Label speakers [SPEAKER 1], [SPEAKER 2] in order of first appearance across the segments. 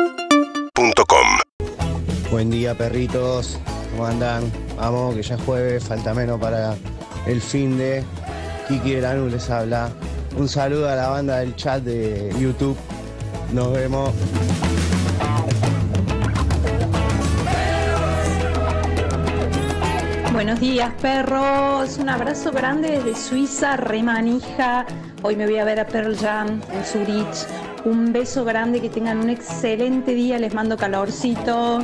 [SPEAKER 1] UrbanaPlayFM.com
[SPEAKER 2] Buen día, perritos. ¿Cómo andan? Vamos, que ya es jueves, falta menos para el fin de. Kiki de Lanús les habla. Un saludo a la banda del chat de YouTube. Nos vemos.
[SPEAKER 3] Buenos días, perros. Un abrazo grande desde Suiza, remanija. Hoy me voy a ver a Pearl Jam en Zurich. Un beso grande, que tengan un excelente día. Les mando calorcito.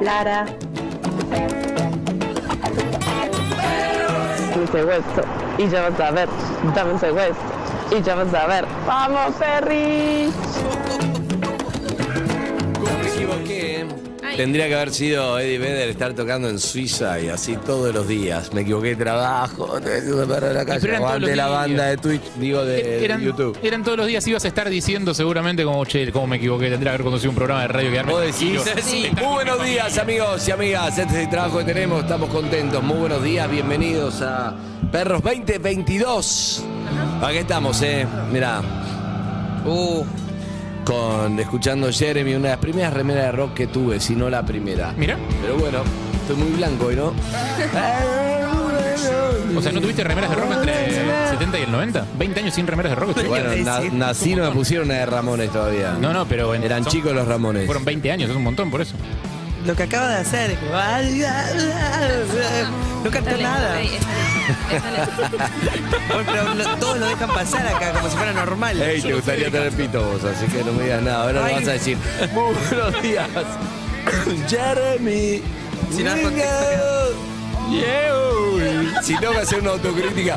[SPEAKER 3] Lara.
[SPEAKER 4] un següesto y ya vas a ver, dame un següesto y ya vas a ver. ¡Vamos, Ferry!
[SPEAKER 5] ¿Cómo me equivoqué? Tendría que haber sido Eddie Vedder estar tocando en Suiza y así todos los días. Me equivoqué de trabajo, para la
[SPEAKER 6] pero
[SPEAKER 5] calle,
[SPEAKER 6] eran todos
[SPEAKER 5] aguante
[SPEAKER 6] los
[SPEAKER 5] la
[SPEAKER 6] días.
[SPEAKER 5] banda de Twitch, digo de, Eh, de
[SPEAKER 6] eran,
[SPEAKER 5] YouTube.
[SPEAKER 6] eran todos los días, ibas a estar diciendo seguramente como, che, cómo me equivoqué, tendría que haber conocido un programa de radio que
[SPEAKER 5] Vos decís, sí. muy buenos días amigos y amigas, este es el trabajo que tenemos, estamos contentos, muy buenos días, bienvenidos a Perros 2022. Aquí estamos, eh, mirá. Uh, con escuchando Jeremy, una de las primeras remeras de rock que tuve, si no la primera.
[SPEAKER 6] Mira,
[SPEAKER 5] Pero bueno, estoy muy blanco hoy, ¿no?
[SPEAKER 6] o sea, ¿no tuviste remeras de rock entre el 70 y el 90? ¿20 años sin remeras de rock? estuviste?
[SPEAKER 5] Bueno, na- nací no me pusieron una de Ramones todavía.
[SPEAKER 6] No, no, pero en-
[SPEAKER 5] Eran
[SPEAKER 6] son-
[SPEAKER 5] chicos los Ramones.
[SPEAKER 6] Fueron 20 años, es un montón por eso.
[SPEAKER 7] Lo que acaba de hacer. es como, "Ay, ah, ah", o sea, No cantó nada. Bueno, pero lo- todos lo dejan pasar acá como si fuera normal.
[SPEAKER 5] Ey, te gustaría tener pito vos, así que no me digas nada. Ahora no
[SPEAKER 7] Ay.
[SPEAKER 5] vas a decir, muy buenos días, Jeremy.
[SPEAKER 7] Si no das contexto,
[SPEAKER 5] Nigga. Yeah. Si tengo que hacer una autocrítica,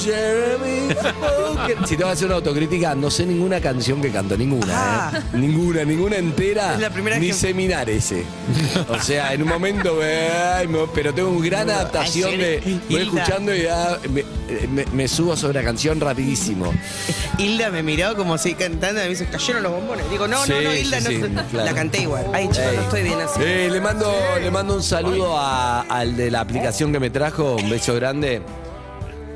[SPEAKER 5] Jeremy. Spoken. Si tengo que hacer una autocrítica, no sé ninguna canción que canto, ninguna.
[SPEAKER 7] Ah.
[SPEAKER 5] ¿eh? Ninguna, ninguna entera.
[SPEAKER 7] Es la primera
[SPEAKER 5] ni
[SPEAKER 7] que-
[SPEAKER 5] seminar ese. O sea, en un momento, ay, me- pero tengo una gran adaptación de. Voy
[SPEAKER 7] Hilda.
[SPEAKER 5] escuchando y ah, me, me- me subo sobre la canción rapidísimo.
[SPEAKER 7] Hilda me miró como si cantando y me dice, cayeron los bombones. Digo, no,
[SPEAKER 5] Sí,
[SPEAKER 7] no, no,
[SPEAKER 5] sí,
[SPEAKER 7] Hilda, no.
[SPEAKER 5] sí,
[SPEAKER 7] sé".
[SPEAKER 5] claro.
[SPEAKER 7] La canté igual. Ay, chicos,
[SPEAKER 5] Ey.
[SPEAKER 7] no estoy bien así.
[SPEAKER 5] Eh, le, mando, le mando un saludo a- al de la aplicación que me trajo, un beso grande.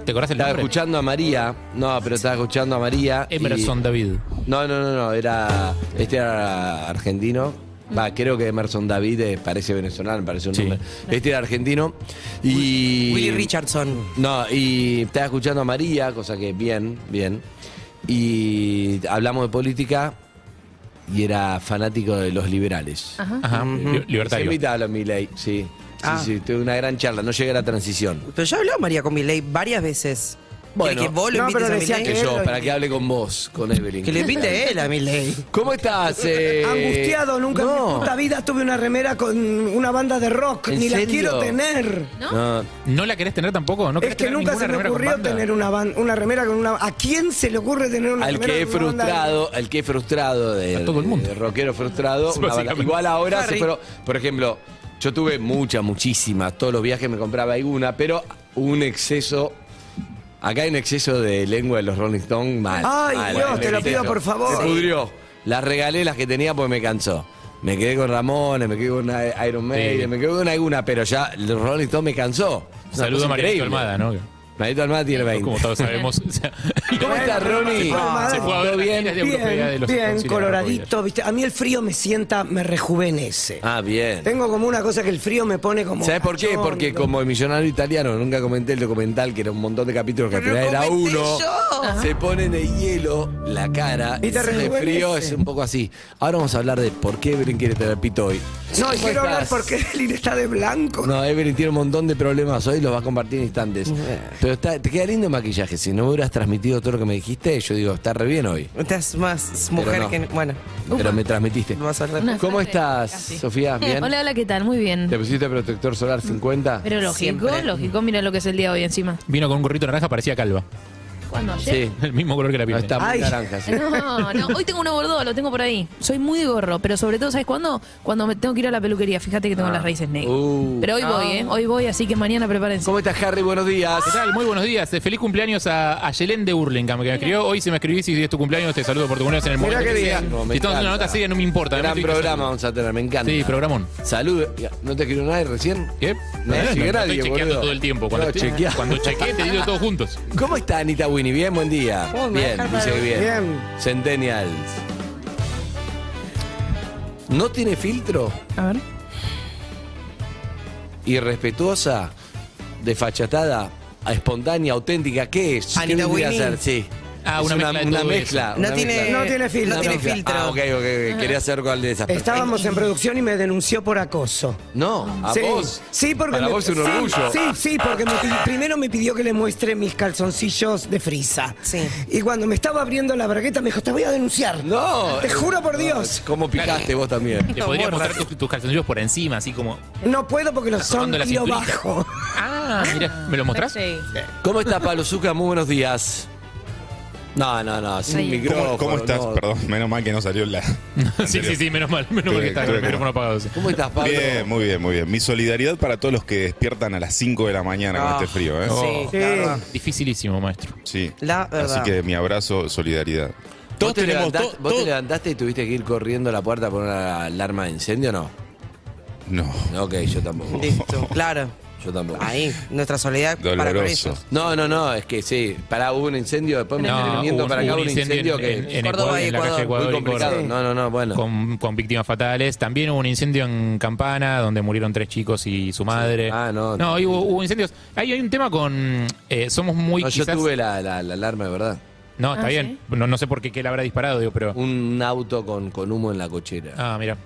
[SPEAKER 6] ¿Te acordás el
[SPEAKER 5] Estaba
[SPEAKER 6] nombre?
[SPEAKER 5] escuchando a María, no, pero estaba escuchando a María. y-
[SPEAKER 6] Emerson David.
[SPEAKER 5] No, no, no, no, era, este era argentino. Va, creo que Emerson David eh, parece venezolano, parece un
[SPEAKER 6] Mm. Sí.
[SPEAKER 5] nombre. Este era argentino. Y,
[SPEAKER 7] Willy Richardson.
[SPEAKER 5] No, y estaba escuchando a María, cosa que bien, bien. Y hablamos de política y era fanático de los liberales.
[SPEAKER 8] Ah.
[SPEAKER 6] Ajá, li- libertario.
[SPEAKER 5] Siempre habla Milei, sí. Sí,
[SPEAKER 7] Ah.
[SPEAKER 5] sí, tuve una gran charla, no llegué a la transición.
[SPEAKER 7] Pero ya habló María con Milei varias veces. ¿Quiere que vos lo
[SPEAKER 8] no,
[SPEAKER 7] invites
[SPEAKER 8] pero
[SPEAKER 7] a
[SPEAKER 8] decía
[SPEAKER 7] Milei?
[SPEAKER 5] Que yo, para que hable con vos, con Evelyn.
[SPEAKER 7] Que le invite él a Milei.
[SPEAKER 5] ¿Cómo estás? eh?
[SPEAKER 8] Angustiado, nunca en mi
[SPEAKER 5] No.
[SPEAKER 8] puta vida tuve una remera con una banda de rock,
[SPEAKER 5] ¿En
[SPEAKER 8] ni la
[SPEAKER 5] serio?
[SPEAKER 8] quiero tener.
[SPEAKER 5] No.
[SPEAKER 6] ¿No la querés tener tampoco? ¿No querés
[SPEAKER 8] Es que
[SPEAKER 6] tener
[SPEAKER 8] nunca
[SPEAKER 6] ninguna
[SPEAKER 8] se me
[SPEAKER 6] remera con
[SPEAKER 8] ocurrió
[SPEAKER 6] banda?
[SPEAKER 8] tener una, ban- una remera con una... ¿A quién se le ocurre tener una
[SPEAKER 5] Al
[SPEAKER 8] remera
[SPEAKER 5] que es
[SPEAKER 8] con una banda de-
[SPEAKER 5] frustrado, al que es frustrado de,
[SPEAKER 6] A todo el mundo.
[SPEAKER 5] de rockero frustrado,
[SPEAKER 6] Sí,
[SPEAKER 5] una bala-
[SPEAKER 6] básicamente.
[SPEAKER 5] igual ahora se
[SPEAKER 7] Harry.
[SPEAKER 5] fueron- por ejemplo, yo tuve muchas, muchísimas, todos los viajes me compraba alguna, pero un exceso acá hay un exceso de lengua de los Rolling Stones mal.
[SPEAKER 8] Ay,
[SPEAKER 5] mal,
[SPEAKER 8] Dios,
[SPEAKER 5] mal,
[SPEAKER 8] te
[SPEAKER 5] mal,
[SPEAKER 8] lo
[SPEAKER 5] mal.
[SPEAKER 8] pido, por favor.
[SPEAKER 5] Se pudrió. Las regalé las que tenía porque me cansó. Me quedé con Ramones, me quedé con I- Iron Maiden,
[SPEAKER 6] Sí.
[SPEAKER 5] me quedé con alguna, pero ya el Rolling Stones me cansó. Es una
[SPEAKER 6] Saludo
[SPEAKER 5] cosa
[SPEAKER 6] a Mariano
[SPEAKER 5] increíble.
[SPEAKER 6] Almada, ¿no?
[SPEAKER 5] Marito Almada tiene 20.
[SPEAKER 6] Como todos sabemos. o sea,
[SPEAKER 5] ¿Y cómo está Ronnie?
[SPEAKER 8] Almada.
[SPEAKER 6] se fue a ver
[SPEAKER 5] ¿Todo
[SPEAKER 6] las
[SPEAKER 5] bien?
[SPEAKER 6] giras de europea de
[SPEAKER 8] Bien,
[SPEAKER 6] los
[SPEAKER 8] bien,
[SPEAKER 6] Stones y de
[SPEAKER 8] coloradito, ¿viste? A mí el frío me sienta, me rejuvenece.
[SPEAKER 5] Ah, bien.
[SPEAKER 8] Tengo como una cosa que el frío me pone como...
[SPEAKER 5] ¿Sabes por qué?
[SPEAKER 8] cachondo.
[SPEAKER 5] Porque como el millonario italiano, nunca comenté el documental, que era un montón de capítulos que al
[SPEAKER 7] Pero
[SPEAKER 5] final era
[SPEAKER 7] comenté
[SPEAKER 5] uno.
[SPEAKER 7] yo.
[SPEAKER 5] Se ponen de hielo la cara.
[SPEAKER 8] Y te
[SPEAKER 5] el
[SPEAKER 8] rejuvenece.
[SPEAKER 5] frío es un poco así. Ahora vamos a hablar de por qué Evelyn quiere tener pito hoy.
[SPEAKER 8] No, y
[SPEAKER 5] ¿Cómo
[SPEAKER 8] quiero hablar
[SPEAKER 5] estás?
[SPEAKER 8] porque Evelyn está de blanco.
[SPEAKER 5] No, Evelyn tiene un montón de problemas hoy, los va a compartir en instantes. Pero está- te queda lindo el maquillaje. Si no me hubieras transmitido todo lo que me dijiste, yo digo, está re bien hoy.
[SPEAKER 7] Estás más mujer
[SPEAKER 5] no.
[SPEAKER 7] que... Bueno,
[SPEAKER 5] Pero me transmitiste.
[SPEAKER 7] no vas a hablar.
[SPEAKER 9] Una
[SPEAKER 5] ¿Cómo
[SPEAKER 9] frase,
[SPEAKER 5] estás,
[SPEAKER 9] casi.
[SPEAKER 5] Sofía? ¿Bien?
[SPEAKER 9] Eh, Hola, hola, ¿qué tal? Muy
[SPEAKER 5] ¿Te
[SPEAKER 9] bien.
[SPEAKER 5] pusiste protector solar 50?
[SPEAKER 9] Pero lógico,
[SPEAKER 7] Siempre.
[SPEAKER 9] lógico. Mira lo que es el día de hoy encima.
[SPEAKER 6] Vino con un gorrito naranja, parecía calva.
[SPEAKER 9] ¿Cuándo? ¿Ayer?
[SPEAKER 5] Sí.
[SPEAKER 6] El mismo color que la
[SPEAKER 5] No,
[SPEAKER 6] piel.
[SPEAKER 5] está muy
[SPEAKER 8] Ay.
[SPEAKER 5] naranja. sí.
[SPEAKER 9] No, no, hoy tengo un bordó, lo tengo por ahí. Soy muy de gorro, pero sobre todo, ¿sabes cuándo? Cuando me tengo que ir a la peluquería. Fíjate que tengo las raíces negras.
[SPEAKER 5] Ah. Uh.
[SPEAKER 9] Pero hoy voy, ¿eh? Hoy voy, así que mañana prepárense.
[SPEAKER 5] ¿Cómo estás, Harry? Buenos días.
[SPEAKER 6] ¿Qué tal? Muy buenos días. Eh, Feliz cumpleaños a, a Yelén de Hurlingham, que me escribió. Hoy si me escribís y es tu cumpleaños, te saludo por tu cumpleaños en el momento
[SPEAKER 5] qué
[SPEAKER 6] que
[SPEAKER 5] bien.
[SPEAKER 6] sea.
[SPEAKER 5] No, me
[SPEAKER 6] Si estamos en una
[SPEAKER 5] encanta.
[SPEAKER 6] nota seria, no me importa.
[SPEAKER 5] Gran
[SPEAKER 6] Además, estoy
[SPEAKER 5] programa vamos a tener, me encanta.
[SPEAKER 6] Sí, programón.
[SPEAKER 5] Salud. ¿No te escribió nadie recién?
[SPEAKER 6] ¿Qué?
[SPEAKER 5] No,
[SPEAKER 6] Eh,
[SPEAKER 5] sigue
[SPEAKER 6] no, no
[SPEAKER 5] nadie,
[SPEAKER 6] estoy chequeando
[SPEAKER 5] boludo.
[SPEAKER 6] todo el tiempo. Cuando,
[SPEAKER 5] No,
[SPEAKER 6] estoy-
[SPEAKER 5] chequea.
[SPEAKER 6] cuando chequeé, te digo todos juntos.
[SPEAKER 5] ¿Cómo está Anita Winnie? Bien, buen día.
[SPEAKER 7] Oh, me
[SPEAKER 5] bien,
[SPEAKER 7] dejaron
[SPEAKER 5] dice que bien.
[SPEAKER 8] Bien.
[SPEAKER 5] Centennial. no tiene filtro,
[SPEAKER 9] A ver.
[SPEAKER 5] irrespetuosa, desfachatada, espontánea, auténtica, ¿qué es? ¿Qué
[SPEAKER 7] Anita
[SPEAKER 5] vendría a
[SPEAKER 7] Winning.
[SPEAKER 5] ser? Sí.
[SPEAKER 6] Ah,
[SPEAKER 5] Es
[SPEAKER 6] una mezcla de todo
[SPEAKER 5] mezcla.
[SPEAKER 7] No
[SPEAKER 5] una
[SPEAKER 7] tiene-
[SPEAKER 5] mezcla.
[SPEAKER 8] no tiene filtro.
[SPEAKER 5] Una
[SPEAKER 7] tiene
[SPEAKER 5] mezcla.
[SPEAKER 7] filtro.
[SPEAKER 5] Ah, ok, ok. Quería hacer cuál de esas. Perfecto.
[SPEAKER 8] Estábamos en producción y me denunció por acoso.
[SPEAKER 5] No, a
[SPEAKER 8] sí,
[SPEAKER 5] vos.
[SPEAKER 8] sí, porque
[SPEAKER 5] Para
[SPEAKER 8] me-
[SPEAKER 5] vos es un
[SPEAKER 8] sí,
[SPEAKER 5] orgullo.
[SPEAKER 8] Sí, sí, porque me pi- primero me pidió que le muestre mis calzoncillos de frisa.
[SPEAKER 7] Sí.
[SPEAKER 8] Y cuando me estaba abriendo la bragueta me dijo, te voy a denunciar.
[SPEAKER 5] No. eh,
[SPEAKER 8] Te juro por
[SPEAKER 5] No,
[SPEAKER 8] Dios.
[SPEAKER 5] ¿Cómo picaste vos también?
[SPEAKER 6] Te podrías mostrar tus, tus calzoncillos por encima, así como.
[SPEAKER 8] No puedo porque los
[SPEAKER 6] Está tocando
[SPEAKER 8] son
[SPEAKER 6] la
[SPEAKER 8] tiro
[SPEAKER 6] cinturita.
[SPEAKER 8] bajo.
[SPEAKER 6] Ah, mira, ¿me lo mostrás?
[SPEAKER 9] Sí.
[SPEAKER 5] ¿Cómo estás, Paluzuca? Muy buenos días. No, no, no, sin
[SPEAKER 9] Ahí.
[SPEAKER 5] micrófono.
[SPEAKER 1] ¿Cómo, cómo estás?
[SPEAKER 5] no.
[SPEAKER 1] Perdón, menos mal que no salió la.
[SPEAKER 6] sí, sí, sí, menos mal, menos mal que está con el
[SPEAKER 1] Creo que
[SPEAKER 6] micrófono
[SPEAKER 1] no.
[SPEAKER 6] apagado. sí.
[SPEAKER 5] ¿Cómo estás, Pablo?
[SPEAKER 1] Bien, muy bien, muy bien. Mi solidaridad para todos los que despiertan a las 5 de la mañana con
[SPEAKER 7] Ah.
[SPEAKER 1] este frío, ¿eh?
[SPEAKER 6] Oh,
[SPEAKER 7] Sí, la verdad.
[SPEAKER 6] Dificilísimo, maestro.
[SPEAKER 1] Sí.
[SPEAKER 7] La verdad.
[SPEAKER 1] Así que mi abrazo, solidaridad.
[SPEAKER 5] ¿Vos, te
[SPEAKER 1] tenemos-
[SPEAKER 5] levantaste,
[SPEAKER 1] to-
[SPEAKER 5] vos te
[SPEAKER 1] to-
[SPEAKER 5] levantaste y tuviste que ir corriendo a la puerta por una alarma de incendio o no?
[SPEAKER 1] No,
[SPEAKER 5] No, ok, yo tampoco.
[SPEAKER 7] Listo, claro.
[SPEAKER 5] Yo tampoco.
[SPEAKER 7] Ahí, nuestra soledad para con
[SPEAKER 1] doloroso.
[SPEAKER 7] ellos.
[SPEAKER 5] No, no, no, es que sí, para hubo un incendio, después me
[SPEAKER 6] No,
[SPEAKER 5] estoy viniendo
[SPEAKER 6] hubo-
[SPEAKER 5] para acá
[SPEAKER 6] hubo
[SPEAKER 5] un incendio, que
[SPEAKER 6] en, en Ecuador,
[SPEAKER 7] Córdoba y
[SPEAKER 6] en la calle de
[SPEAKER 7] Ecuador.
[SPEAKER 6] Ecuador
[SPEAKER 5] muy
[SPEAKER 6] y Córdoba.
[SPEAKER 5] complicado. No, no, no, bueno.
[SPEAKER 6] con, con víctimas fatales. También hubo un incendio en Campana, donde murieron tres chicos y su madre.
[SPEAKER 5] Ah, no.
[SPEAKER 6] No, ahí hubo, hubo incendios. Ahí hay un tema con... eh, somos muy
[SPEAKER 5] No, yo
[SPEAKER 6] quizás...
[SPEAKER 5] tuve la, la- la alarma, de verdad.
[SPEAKER 6] No, está
[SPEAKER 9] Ah,
[SPEAKER 6] bien. No, no sé por qué, qué le habrá disparado, digo, pero...
[SPEAKER 5] Un auto con, con humo en la cochera.
[SPEAKER 6] Ah, mira.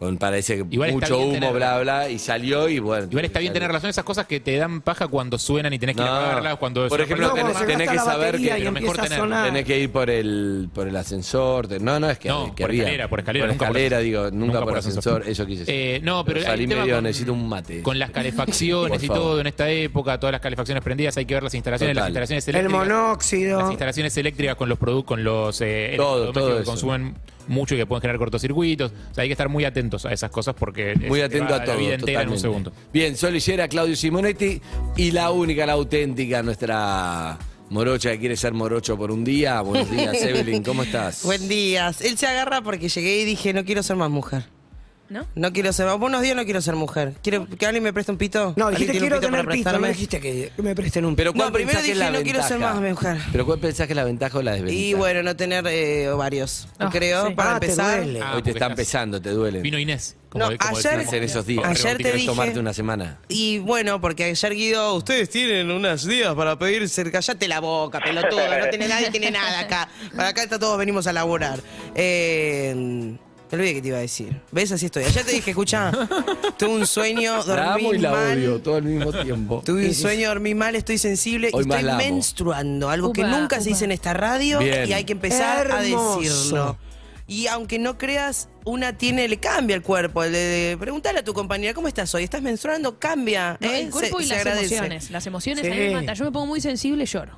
[SPEAKER 5] Con, parece que
[SPEAKER 6] Igual está
[SPEAKER 5] mucho
[SPEAKER 6] bien
[SPEAKER 5] humo,
[SPEAKER 6] tener-
[SPEAKER 5] bla, bla, y salió y bueno.
[SPEAKER 6] Igual está bien tener razón esas cosas que te dan paja cuando suenan y tenés que ir
[SPEAKER 5] No.
[SPEAKER 6] a apagarlas, cuando...
[SPEAKER 5] Por ejemplo,
[SPEAKER 8] No,
[SPEAKER 5] tenés-
[SPEAKER 8] cuando se
[SPEAKER 5] tenés
[SPEAKER 8] gasta
[SPEAKER 5] que
[SPEAKER 8] la
[SPEAKER 5] saber
[SPEAKER 8] batería
[SPEAKER 5] que-
[SPEAKER 8] y
[SPEAKER 6] pero mejor
[SPEAKER 8] empieza a
[SPEAKER 6] tener-
[SPEAKER 8] sonar.
[SPEAKER 5] Tenés que ir por el, por el ascensor. te- No, no, es que,
[SPEAKER 6] No,
[SPEAKER 5] que
[SPEAKER 6] por
[SPEAKER 5] había.
[SPEAKER 6] escalera, por escalera, nunca por-
[SPEAKER 5] escalera, digo, nunca, por, ascensor. Eso quise decir.
[SPEAKER 6] Eh, no, pero, hay
[SPEAKER 5] salí
[SPEAKER 6] un tema
[SPEAKER 5] medio,
[SPEAKER 6] con-
[SPEAKER 5] necesito un mate.
[SPEAKER 6] Con las calefacciones
[SPEAKER 5] Por
[SPEAKER 6] y
[SPEAKER 5] favor.
[SPEAKER 6] todo en esta época, todas las calefacciones prendidas, hay que ver las instalaciones,
[SPEAKER 5] Total.
[SPEAKER 6] las instalaciones
[SPEAKER 8] El
[SPEAKER 6] eléctricas. Las
[SPEAKER 8] monóxido.
[SPEAKER 6] instalaciones eléctricas con los productos, con los eh,
[SPEAKER 5] Todo,
[SPEAKER 6] electrodomésticos
[SPEAKER 5] todo
[SPEAKER 6] que
[SPEAKER 5] eso.
[SPEAKER 6] consumen mucho y que pueden generar cortocircuitos. O sea, hay que estar muy atentos a esas cosas porque eh,
[SPEAKER 5] Muy
[SPEAKER 6] se te
[SPEAKER 5] atento
[SPEAKER 6] va
[SPEAKER 5] a todo.
[SPEAKER 6] La vida entera en un
[SPEAKER 5] totalmente.
[SPEAKER 6] segundo.
[SPEAKER 5] Bien, Sol Lillera, Claudio Simonetti y la única, la auténtica, nuestra morocha que quiere ser morocho por un día. Buenos días, Evelyn, ¿cómo estás?
[SPEAKER 7] Buen día. Él se agarra porque llegué y dije, no quiero ser más mujer.
[SPEAKER 9] ¿No?
[SPEAKER 7] No quiero ser más. Buenos días, no quiero ser mujer. Quiero que alguien me preste un pito.
[SPEAKER 8] No,
[SPEAKER 7] ¿Alguien
[SPEAKER 8] dijiste
[SPEAKER 7] tiene un
[SPEAKER 8] quiero tener
[SPEAKER 7] para
[SPEAKER 8] pito, no
[SPEAKER 7] prestarme?
[SPEAKER 8] dijiste que que me presten un
[SPEAKER 5] Pero
[SPEAKER 8] pito.
[SPEAKER 5] ¿cuál
[SPEAKER 7] No, primero
[SPEAKER 5] pensás que es la
[SPEAKER 7] dije, no quiero
[SPEAKER 5] ventaja?
[SPEAKER 7] ser más mujer.
[SPEAKER 5] Pero ¿cuál pensás que es la ventaja o la desventaja?
[SPEAKER 7] Y bueno, no tener eh, ovarios,
[SPEAKER 9] Ah,
[SPEAKER 7] creo,
[SPEAKER 9] sí.
[SPEAKER 7] para
[SPEAKER 8] Ah, te
[SPEAKER 7] empezar.
[SPEAKER 8] duele.
[SPEAKER 6] Ah,
[SPEAKER 5] Hoy te
[SPEAKER 6] porque
[SPEAKER 5] están
[SPEAKER 6] estás-
[SPEAKER 5] pesando, te duelen.
[SPEAKER 6] Vino Inés.
[SPEAKER 7] No, ayer-
[SPEAKER 6] decíamos.
[SPEAKER 5] en esos días.
[SPEAKER 6] Como
[SPEAKER 7] Ayer te
[SPEAKER 5] Querés
[SPEAKER 7] dije-
[SPEAKER 5] tomarte una semana.
[SPEAKER 7] Y bueno, porque ayer Guido, ustedes tienen unos días para pedir ser- Callate la boca, pelotudo. No tiene nadie, tiene nada acá. Para acá está, todos venimos a laborar. Eh, te olvidé que te iba a decir. ¿Ves? Así estoy. Ayer te dije, escucha, tuve un sueño,
[SPEAKER 5] La
[SPEAKER 7] dormí
[SPEAKER 5] amo y la
[SPEAKER 7] mal.
[SPEAKER 5] odio, todo al mismo tiempo.
[SPEAKER 7] Tuve un sueño, dormí mal, estoy sensible
[SPEAKER 5] Hoy
[SPEAKER 7] y
[SPEAKER 5] más
[SPEAKER 7] estoy
[SPEAKER 5] la amo.
[SPEAKER 7] menstruando, algo que
[SPEAKER 9] Upa,
[SPEAKER 7] nunca se
[SPEAKER 9] upa.
[SPEAKER 7] dice en esta radio
[SPEAKER 5] Bien.
[SPEAKER 7] y hay que empezar
[SPEAKER 8] Hermoso.
[SPEAKER 7] a decirlo. Y aunque no creas, una tiene, le cambia el cuerpo. Le, le- preguntale a tu compañera, ¿cómo estás hoy? ¿Estás menstruando? Cambia.
[SPEAKER 9] No,
[SPEAKER 7] ¿eh?
[SPEAKER 9] el cuerpo
[SPEAKER 7] Se-
[SPEAKER 9] y
[SPEAKER 7] se
[SPEAKER 9] las
[SPEAKER 7] agradece.
[SPEAKER 9] emociones. Las emociones a mí
[SPEAKER 8] Sí.
[SPEAKER 9] me matan. Yo me pongo muy sensible y lloro.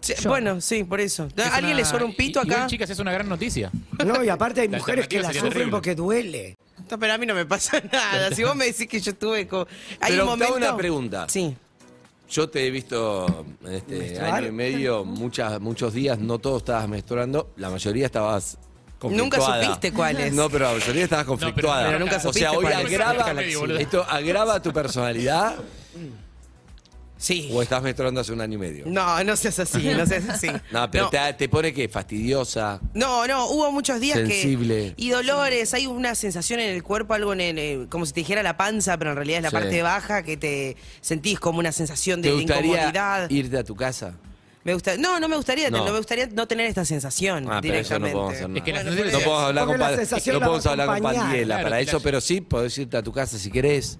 [SPEAKER 7] Sí,
[SPEAKER 9] Yo.
[SPEAKER 7] bueno, sí, por eso.
[SPEAKER 6] Es
[SPEAKER 7] ¿Alguien
[SPEAKER 6] una-
[SPEAKER 7] le suena un pito
[SPEAKER 6] y- Ah, igual,
[SPEAKER 7] acá?
[SPEAKER 6] chicas, es una gran noticia.
[SPEAKER 8] No, y aparte hay
[SPEAKER 6] La
[SPEAKER 8] mujeres que
[SPEAKER 6] alternativa
[SPEAKER 8] la
[SPEAKER 6] sería
[SPEAKER 8] sufren
[SPEAKER 6] terrible.
[SPEAKER 8] porque duele.
[SPEAKER 7] No, pero a mí no me pasa nada. Si vos me decís que yo estuve con...
[SPEAKER 5] Pero
[SPEAKER 7] Hay un
[SPEAKER 5] te hago
[SPEAKER 7] momento...
[SPEAKER 5] una pregunta.
[SPEAKER 7] Sí.
[SPEAKER 5] Yo te he visto en este
[SPEAKER 8] ¿Menstruar?
[SPEAKER 5] año y medio, muchas, muchos días, no todos estabas menstruando, la mayoría estabas
[SPEAKER 7] Nunca
[SPEAKER 5] conflictuada.
[SPEAKER 7] supiste cuál es.
[SPEAKER 5] No, pero la mayoría estabas conflictuada.
[SPEAKER 6] pero nunca
[SPEAKER 5] o sea,
[SPEAKER 7] supiste
[SPEAKER 5] hoy
[SPEAKER 7] cuál es.
[SPEAKER 5] agrava,
[SPEAKER 6] Nunca me boludo.
[SPEAKER 5] esto agrava tu personalidad
[SPEAKER 7] Sí.
[SPEAKER 5] o estás menstruando hace un año y medio.
[SPEAKER 7] No, no seas así, no seas así.
[SPEAKER 5] No, pero Te, te pone que fastidiosa.
[SPEAKER 7] No, no, hubo muchos días
[SPEAKER 5] Sensible.
[SPEAKER 7] que... Y dolores, hay una sensación en el cuerpo, algo en el... eh, como si te dijera la panza, pero en realidad es la
[SPEAKER 5] Sí.
[SPEAKER 7] parte baja que te sentís como una sensación de,
[SPEAKER 5] ¿Te
[SPEAKER 7] de
[SPEAKER 5] gustaría
[SPEAKER 7] incomodidad.
[SPEAKER 5] irte a tu casa?
[SPEAKER 7] Me gusta... No, no me gustaría,
[SPEAKER 5] No.
[SPEAKER 7] no. me gustaría no tener esta sensación
[SPEAKER 5] Ah, pero eso no
[SPEAKER 7] directamente.
[SPEAKER 5] podemos hacer nada.
[SPEAKER 6] Es que las
[SPEAKER 7] Bueno,
[SPEAKER 6] noticias-
[SPEAKER 5] no podemos hablar con,
[SPEAKER 8] Porque la
[SPEAKER 5] Pad-
[SPEAKER 8] sensación
[SPEAKER 5] no
[SPEAKER 8] la
[SPEAKER 5] podemos
[SPEAKER 8] va a
[SPEAKER 5] hablar con
[SPEAKER 8] acompañar.
[SPEAKER 5] Padiela
[SPEAKER 6] Claro,
[SPEAKER 5] para
[SPEAKER 6] te
[SPEAKER 5] eso,
[SPEAKER 6] la-
[SPEAKER 5] pero sí podés irte a tu casa si querés,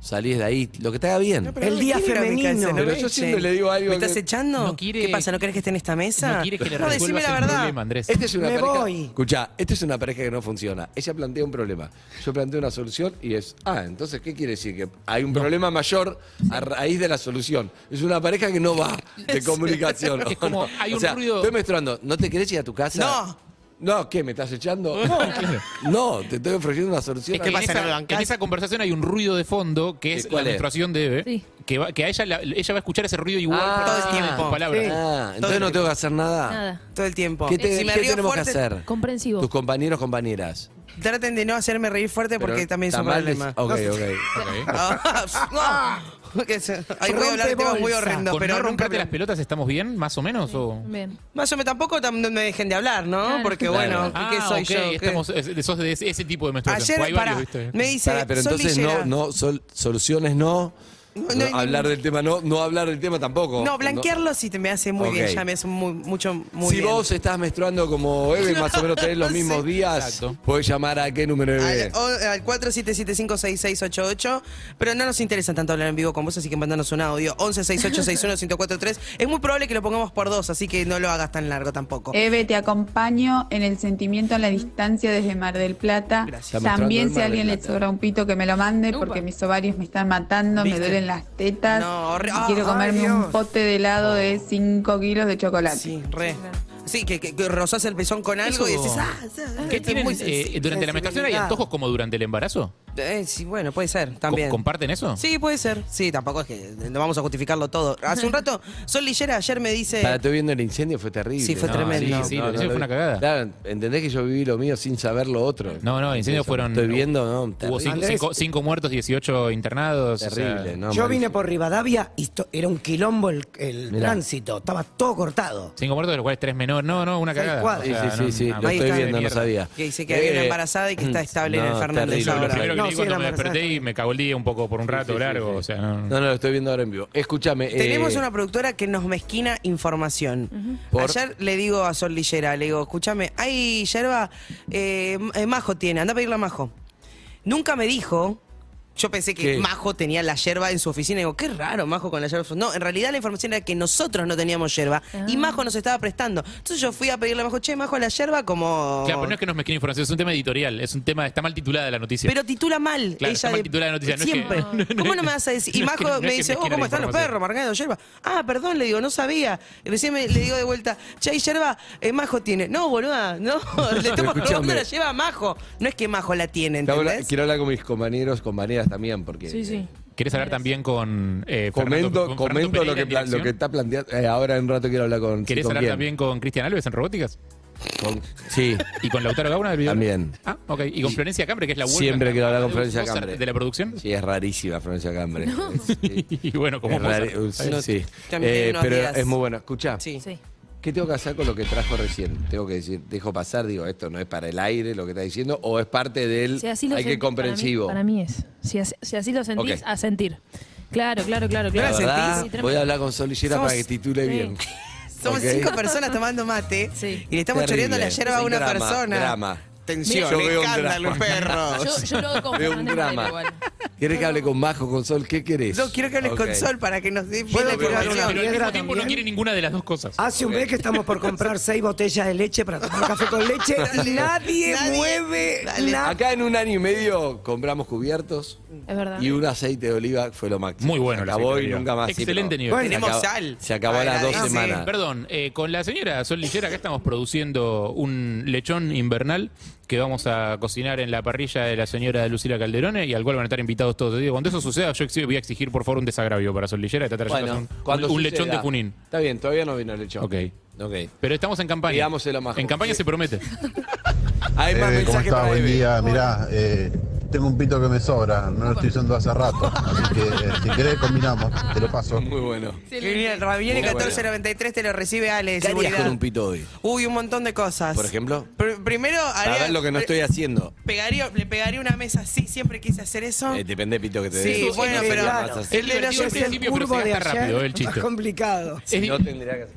[SPEAKER 5] salís de ahí, lo que te haga bien.
[SPEAKER 7] Pero
[SPEAKER 8] El
[SPEAKER 7] no
[SPEAKER 8] día
[SPEAKER 7] quiero que
[SPEAKER 8] femenino.
[SPEAKER 7] canse, no
[SPEAKER 8] Pero
[SPEAKER 7] me
[SPEAKER 5] yo
[SPEAKER 7] echen.
[SPEAKER 5] siempre le digo algo
[SPEAKER 7] ¿Me
[SPEAKER 5] que-
[SPEAKER 7] estás echando?
[SPEAKER 6] No quiere-
[SPEAKER 7] ¿Qué pasa? ¿No querés que esté en esta mesa?
[SPEAKER 6] No quiere que le
[SPEAKER 7] No, decime
[SPEAKER 6] resuelvas
[SPEAKER 7] la
[SPEAKER 6] el
[SPEAKER 7] verdad.
[SPEAKER 6] problema, Andrés.
[SPEAKER 5] Esta Este es una
[SPEAKER 8] Me
[SPEAKER 5] pareja.
[SPEAKER 8] voy.
[SPEAKER 5] Escuchá, esta es una pareja que no funciona. Ella plantea un problema. Yo planteo una solución y es. Ah, entonces, ¿qué quiere decir? Que hay un problema mayor a raíz de la solución. Es una pareja que no va de comunicación.
[SPEAKER 6] Es como,
[SPEAKER 5] ¿o no?
[SPEAKER 6] hay un
[SPEAKER 5] o sea,
[SPEAKER 6] ruido-
[SPEAKER 5] Estoy menstruando. ¿No te querés ir a tu casa?
[SPEAKER 7] No.
[SPEAKER 5] No, ¿qué? ¿Me estás echando?
[SPEAKER 6] claro.
[SPEAKER 5] No, te estoy ofreciendo una solución.
[SPEAKER 6] Es que en
[SPEAKER 7] pasa? ¿No me
[SPEAKER 6] esa,
[SPEAKER 7] bancás?
[SPEAKER 6] en esa conversación hay un ruido de fondo que es
[SPEAKER 5] ¿Y cuál
[SPEAKER 6] la
[SPEAKER 5] es?
[SPEAKER 6] menstruación de Eve,
[SPEAKER 9] Sí.
[SPEAKER 6] que, va- que a ella, la- ella va a escuchar ese ruido igual
[SPEAKER 5] Ah,
[SPEAKER 6] por
[SPEAKER 7] todo el
[SPEAKER 6] encima de
[SPEAKER 7] tiempo.
[SPEAKER 6] sus palabras.
[SPEAKER 5] Ah, entonces no tengo que hacer nada.
[SPEAKER 9] Nada.
[SPEAKER 7] Todo el tiempo.
[SPEAKER 5] ¿Qué, te-
[SPEAKER 7] Si me
[SPEAKER 5] qué
[SPEAKER 7] río
[SPEAKER 5] tenemos
[SPEAKER 7] fuerte-
[SPEAKER 5] que hacer?
[SPEAKER 9] Comprensivo.
[SPEAKER 5] Tus compañeros, compañeras.
[SPEAKER 7] traten de no hacerme reír fuerte porque
[SPEAKER 5] Pero
[SPEAKER 7] también son
[SPEAKER 5] tamales-
[SPEAKER 7] problemas.
[SPEAKER 5] Ok,
[SPEAKER 7] No-
[SPEAKER 5] ok.
[SPEAKER 6] Ok.
[SPEAKER 7] Ah, no. Que se- Ahí voy a hablar de temas muy
[SPEAKER 8] Rompebolsa.
[SPEAKER 7] horrendos,
[SPEAKER 6] Con
[SPEAKER 7] pero
[SPEAKER 6] no
[SPEAKER 7] nunca
[SPEAKER 6] romperte las pelotas estamos bien, más o menos, o...
[SPEAKER 9] Bien.
[SPEAKER 7] Más o menos tampoco tam- no me dejen de hablar, ¿no?
[SPEAKER 9] Claro.
[SPEAKER 7] Porque
[SPEAKER 5] Claro.
[SPEAKER 7] bueno, ¿qué
[SPEAKER 6] ah,
[SPEAKER 7] soy
[SPEAKER 6] ok,
[SPEAKER 7] yo? ¿Qué?
[SPEAKER 6] estamos- es- sos de ese, ese tipo de menstruación.
[SPEAKER 7] Ayer,
[SPEAKER 6] O hay
[SPEAKER 7] pará,
[SPEAKER 6] varios, ¿viste?
[SPEAKER 7] me dice,
[SPEAKER 5] Pará, pero
[SPEAKER 7] "Sol
[SPEAKER 5] entonces no,
[SPEAKER 7] Lillera".
[SPEAKER 5] no, sol- soluciones no,
[SPEAKER 7] No, no,
[SPEAKER 5] no, hablar del tema no, no hablar del tema tampoco.
[SPEAKER 7] No, blanquearlo sí te me hace muy
[SPEAKER 5] Ok.
[SPEAKER 7] bien, ya me hace muy, mucho, muy
[SPEAKER 5] si
[SPEAKER 7] bien.
[SPEAKER 5] vos
[SPEAKER 6] este,
[SPEAKER 5] estás menstruando como Eve, más o menos tenés los mismos días,
[SPEAKER 6] Exacto.
[SPEAKER 5] podés llamar a qué número Eve.
[SPEAKER 7] Al, o- al 47756688, pero no nos interesa tanto hablar en vivo con vos, así que mandanos un audio. 1168611043. Es muy probable que lo pongamos por dos, así que no lo hagas tan largo tampoco.
[SPEAKER 10] Eve, te acompaño en el sentimiento a la distancia desde Mar del Plata.
[SPEAKER 7] Gracias.
[SPEAKER 5] Está mostrando el
[SPEAKER 10] También
[SPEAKER 5] Mar
[SPEAKER 10] si
[SPEAKER 5] del
[SPEAKER 10] a alguien le
[SPEAKER 5] Plata.
[SPEAKER 10] sobra un pito que me lo mande
[SPEAKER 9] Upa.
[SPEAKER 10] porque mis ovarios me están matando,
[SPEAKER 7] ¿Viste?
[SPEAKER 10] me duelen las tetas
[SPEAKER 7] No, horri-
[SPEAKER 10] y
[SPEAKER 7] ah,
[SPEAKER 10] quiero
[SPEAKER 8] ay,
[SPEAKER 10] comerme
[SPEAKER 8] Dios.
[SPEAKER 10] un pote de helado de 5 kilos de chocolate.
[SPEAKER 7] Sí, re. Sí, que, que, que rozás el pezón con algo y
[SPEAKER 6] Eso-
[SPEAKER 7] decís, ah,
[SPEAKER 6] ¿Qué tienen eh, durante la menstruación? ¿Hay
[SPEAKER 7] y
[SPEAKER 6] antojos como durante el embarazo?
[SPEAKER 7] Eh, sí, bueno, puede ser,
[SPEAKER 6] ¿Com-
[SPEAKER 7] también.
[SPEAKER 6] ¿Comparten eso?
[SPEAKER 7] Sí, puede ser. Sí, tampoco es que no vamos a justificarlo todo. Hace un rato, Sol Lillera ayer me dice.
[SPEAKER 5] Para estoy viendo el incendio fue terrible.
[SPEAKER 7] Sí, fue
[SPEAKER 5] No,
[SPEAKER 7] tremendo.
[SPEAKER 5] sí, sí,
[SPEAKER 6] No,
[SPEAKER 5] lo-
[SPEAKER 6] eso
[SPEAKER 5] lo-
[SPEAKER 6] fue una cagada.
[SPEAKER 5] Claro, entendés que yo viví lo mío sin saber lo otro.
[SPEAKER 6] No, no, incendios
[SPEAKER 5] Eso,
[SPEAKER 6] fueron...
[SPEAKER 5] Estoy viendo, no,
[SPEAKER 6] Hubo
[SPEAKER 5] terrible.
[SPEAKER 6] cinco, cinco- cinco muertos, 18 internados. o sea,
[SPEAKER 5] terrible, no.
[SPEAKER 8] Yo
[SPEAKER 5] mal.
[SPEAKER 8] vine por Rivadavia y to- era un quilombo el, el
[SPEAKER 5] Mirá.
[SPEAKER 8] tránsito, estaba todo cortado.
[SPEAKER 6] cinco muertos, de los cuales tres menores. No, no, una
[SPEAKER 8] Seis
[SPEAKER 6] cagada.
[SPEAKER 8] cuadros.
[SPEAKER 5] Sí, sí,
[SPEAKER 6] no,
[SPEAKER 5] sí, sí,
[SPEAKER 6] una
[SPEAKER 5] lo
[SPEAKER 7] Ahí
[SPEAKER 5] estoy
[SPEAKER 7] está.
[SPEAKER 5] viendo, no
[SPEAKER 6] mierda.
[SPEAKER 5] sabía.
[SPEAKER 7] Que dice que había una
[SPEAKER 5] Eh,
[SPEAKER 7] embarazada y que está estable en el
[SPEAKER 5] no,
[SPEAKER 7] Fernández
[SPEAKER 5] terrible,
[SPEAKER 7] ahora.
[SPEAKER 6] Lo primero que
[SPEAKER 8] No,
[SPEAKER 6] leí
[SPEAKER 8] sí,
[SPEAKER 6] cuando
[SPEAKER 8] era
[SPEAKER 6] me
[SPEAKER 8] embarazada.
[SPEAKER 6] desperté y me cagó el día un poco por un rato
[SPEAKER 5] sí,
[SPEAKER 6] largo.
[SPEAKER 5] sí,
[SPEAKER 6] O sea, no.
[SPEAKER 5] No, no, lo estoy viendo ahora en vivo. Escúchame. eh,
[SPEAKER 7] Tenemos una productora que nos mezquina información.
[SPEAKER 5] Por-
[SPEAKER 7] Ayer le digo a Sol Lillera, le digo, escúchame, ay, yerba, eh, eh, Majo tiene, anda a pedirla a Majo. Nunca me dijo, yo pensé que
[SPEAKER 5] ¿Qué?
[SPEAKER 7] Majo tenía la yerba en su oficina, digo, qué raro, Majo con la yerba. No, en realidad la información era que nosotros no teníamos yerba
[SPEAKER 6] Ah.
[SPEAKER 7] y Majo nos estaba prestando. Entonces yo fui a pedirle a Majo, che, Majo, la yerba como...
[SPEAKER 6] Claro, pero no es que nos mezquinen información, es un tema editorial, es un tema, está mal titulada la noticia.
[SPEAKER 7] Pero titula mal.
[SPEAKER 6] Claro,
[SPEAKER 7] ella
[SPEAKER 6] está mal
[SPEAKER 7] de-
[SPEAKER 6] titulada la noticia, no es que-
[SPEAKER 7] Siempre. ¿Cómo no me vas a decir? Y
[SPEAKER 6] No es que-
[SPEAKER 7] Majo
[SPEAKER 6] no es
[SPEAKER 7] me
[SPEAKER 6] que
[SPEAKER 7] dice,
[SPEAKER 6] me
[SPEAKER 7] oh,
[SPEAKER 6] quiera
[SPEAKER 7] ¿cómo
[SPEAKER 6] la
[SPEAKER 7] están los
[SPEAKER 6] información".
[SPEAKER 7] perros? Marcando yerba. Ah, perdón, le digo, no sabía. Y Recién me- le digo de vuelta, che, hay yerba, eh, Majo tiene. No, boluda, no. Le estamos
[SPEAKER 5] Escuchame.
[SPEAKER 7] probando la lleva a Majo. No es que Majo la tiene,
[SPEAKER 5] quiero hablar-
[SPEAKER 7] ¿entendés?
[SPEAKER 5] Quiero hablar con mis compañeros, compañeras también, porque
[SPEAKER 9] Sí, sí.
[SPEAKER 6] ¿Querés hablar también con. eh,
[SPEAKER 5] comento,
[SPEAKER 6] Fernando- con Fernando
[SPEAKER 5] comento lo,
[SPEAKER 6] Pereira
[SPEAKER 5] que,
[SPEAKER 6] en
[SPEAKER 5] pla- lo
[SPEAKER 6] dirección?
[SPEAKER 5] que está planteando. eh, ahora en un rato quiero hablar con.
[SPEAKER 6] ¿Querés
[SPEAKER 5] con
[SPEAKER 6] hablar
[SPEAKER 5] quién.
[SPEAKER 6] también con Cristian Alves en robóticas?
[SPEAKER 5] Con- sí.
[SPEAKER 6] ¿Y con Lautaro Gauna del video?
[SPEAKER 5] También.
[SPEAKER 6] Ah, ok. ¿Y con Florencia Cambre, que es la vuelta?
[SPEAKER 5] Siempre quiero hablar con Florencia
[SPEAKER 6] Mozart
[SPEAKER 5] Cambre.
[SPEAKER 6] ¿De la producción?
[SPEAKER 5] Sí, es rarísima Florencia Cambre.
[SPEAKER 6] Y bueno, como
[SPEAKER 5] Es rari-
[SPEAKER 6] Mozart.
[SPEAKER 5] sí, sí.
[SPEAKER 7] También
[SPEAKER 5] Eh,
[SPEAKER 7] unos
[SPEAKER 5] pero
[SPEAKER 7] días.
[SPEAKER 5] es muy bueno. Escuchá,
[SPEAKER 7] Sí.
[SPEAKER 9] Sí.
[SPEAKER 5] ¿qué tengo que hacer con lo que trajo recién? Tengo que decir, dejo pasar, digo, esto no es para el aire lo que está diciendo, o es parte del
[SPEAKER 9] Si así lo
[SPEAKER 5] hay que
[SPEAKER 9] sentís,
[SPEAKER 5] comprensivo.
[SPEAKER 9] Para mí, para mí es. Si así, si así lo sentís,
[SPEAKER 5] Ok.
[SPEAKER 9] a sentir. Claro, claro, claro,
[SPEAKER 5] La
[SPEAKER 9] claro.
[SPEAKER 5] verdad,
[SPEAKER 9] Sí, tremendo.
[SPEAKER 5] voy a hablar con Sol Lillera
[SPEAKER 7] Somos-
[SPEAKER 5] para que titule bien.
[SPEAKER 7] Somos
[SPEAKER 5] Ok.
[SPEAKER 7] cinco personas tomando mate
[SPEAKER 9] Sí.
[SPEAKER 7] y le estamos
[SPEAKER 5] Terrible.
[SPEAKER 7] choreando la yerba a
[SPEAKER 5] Es un
[SPEAKER 7] una
[SPEAKER 5] drama,
[SPEAKER 7] persona.
[SPEAKER 5] drama.
[SPEAKER 7] Tensión,
[SPEAKER 5] Yo veo un
[SPEAKER 7] escándalo,
[SPEAKER 5] drama.
[SPEAKER 9] Yo,
[SPEAKER 7] perros.
[SPEAKER 9] yo lo hago con
[SPEAKER 5] Es un
[SPEAKER 9] Fernández
[SPEAKER 5] drama.
[SPEAKER 9] Varela igual.
[SPEAKER 5] ¿Querés que hable con Majo, con Sol? ¿Qué querés?
[SPEAKER 7] Yo quiero que hables
[SPEAKER 5] Ok.
[SPEAKER 7] con Sol para que nos dé bien
[SPEAKER 8] ¿Puedo
[SPEAKER 7] la
[SPEAKER 8] pegar una
[SPEAKER 7] información.
[SPEAKER 6] Pero al mismo
[SPEAKER 8] piedra
[SPEAKER 6] tiempo no
[SPEAKER 8] también. Ah.
[SPEAKER 6] quiere ninguna de las dos cosas.
[SPEAKER 8] Hace un mes que estamos por comprar seis botellas de leche para tomar café con leche. nadie,
[SPEAKER 7] Nadie.
[SPEAKER 8] mueve
[SPEAKER 7] Dale.
[SPEAKER 8] nada.
[SPEAKER 5] Acá en un año y medio compramos cubiertos
[SPEAKER 9] Es verdad.
[SPEAKER 5] y un aceite de oliva fue lo máximo.
[SPEAKER 6] Muy bueno
[SPEAKER 5] Se
[SPEAKER 6] el
[SPEAKER 5] acabó
[SPEAKER 6] aceite de
[SPEAKER 5] y
[SPEAKER 6] oliva.
[SPEAKER 5] nunca más.
[SPEAKER 6] Excelente nivel.
[SPEAKER 5] se
[SPEAKER 7] Tenemos
[SPEAKER 5] acabó-
[SPEAKER 7] sal.
[SPEAKER 5] Se acabó a las dos
[SPEAKER 7] Agradece.
[SPEAKER 5] semanas.
[SPEAKER 6] Perdón, eh, con la señora Sol Lillera acá estamos produciendo un lechón invernal que vamos a cocinar en la parrilla de la señora Lucila Calderone y al cual van a estar invitados todos. Digo, cuando eso suceda, yo exi- voy a exigir por favor un desagravio para Sol Lillera. Está trayendo
[SPEAKER 5] Bueno,
[SPEAKER 6] un- un,
[SPEAKER 5] cuando suceda.
[SPEAKER 6] lechón de Junín.
[SPEAKER 5] Está bien, todavía no vino el lechón.
[SPEAKER 6] Ok.
[SPEAKER 5] Ok.
[SPEAKER 2] Eh,
[SPEAKER 6] Pero estamos en campaña.
[SPEAKER 5] Digámoselo más
[SPEAKER 6] En
[SPEAKER 5] como-
[SPEAKER 6] campaña
[SPEAKER 5] Sí.
[SPEAKER 6] se promete.
[SPEAKER 5] Hay más
[SPEAKER 2] Eh, ¿Cómo
[SPEAKER 5] mensajes
[SPEAKER 2] estás?
[SPEAKER 5] para
[SPEAKER 2] Buen
[SPEAKER 5] Eve.
[SPEAKER 2] día. Mirá, eh, tengo un pito que me sobra. No lo estoy usando hace rato. Así que eh, si querés combinamos. Te lo paso.
[SPEAKER 5] Muy bueno.
[SPEAKER 7] Genial, Ravioli
[SPEAKER 5] Muy bueno.
[SPEAKER 7] 1493 te lo recibe Ale. de
[SPEAKER 5] ¿Qué harías
[SPEAKER 7] seguridad.
[SPEAKER 5] con un pito hoy?
[SPEAKER 7] Uy, un montón de cosas.
[SPEAKER 5] Por ejemplo.
[SPEAKER 7] Pr- primero,
[SPEAKER 5] Para
[SPEAKER 7] haría-
[SPEAKER 5] ver lo que no estoy haciendo.
[SPEAKER 7] Pegaría, le pegaría una mesa así, siempre quise hacer eso.
[SPEAKER 5] Eh, depende del pito que te
[SPEAKER 7] Sí,
[SPEAKER 5] dé.
[SPEAKER 7] bueno,
[SPEAKER 5] Sí,
[SPEAKER 7] pero-
[SPEAKER 5] vas a hacer.
[SPEAKER 6] Es divertido al
[SPEAKER 8] Es el
[SPEAKER 6] principio, pero
[SPEAKER 8] curvo
[SPEAKER 6] se
[SPEAKER 8] de
[SPEAKER 6] gasta
[SPEAKER 8] ayer,
[SPEAKER 6] rápido eh, el chiste.
[SPEAKER 8] más complicado.
[SPEAKER 6] Es di-
[SPEAKER 5] No tendría que hacer.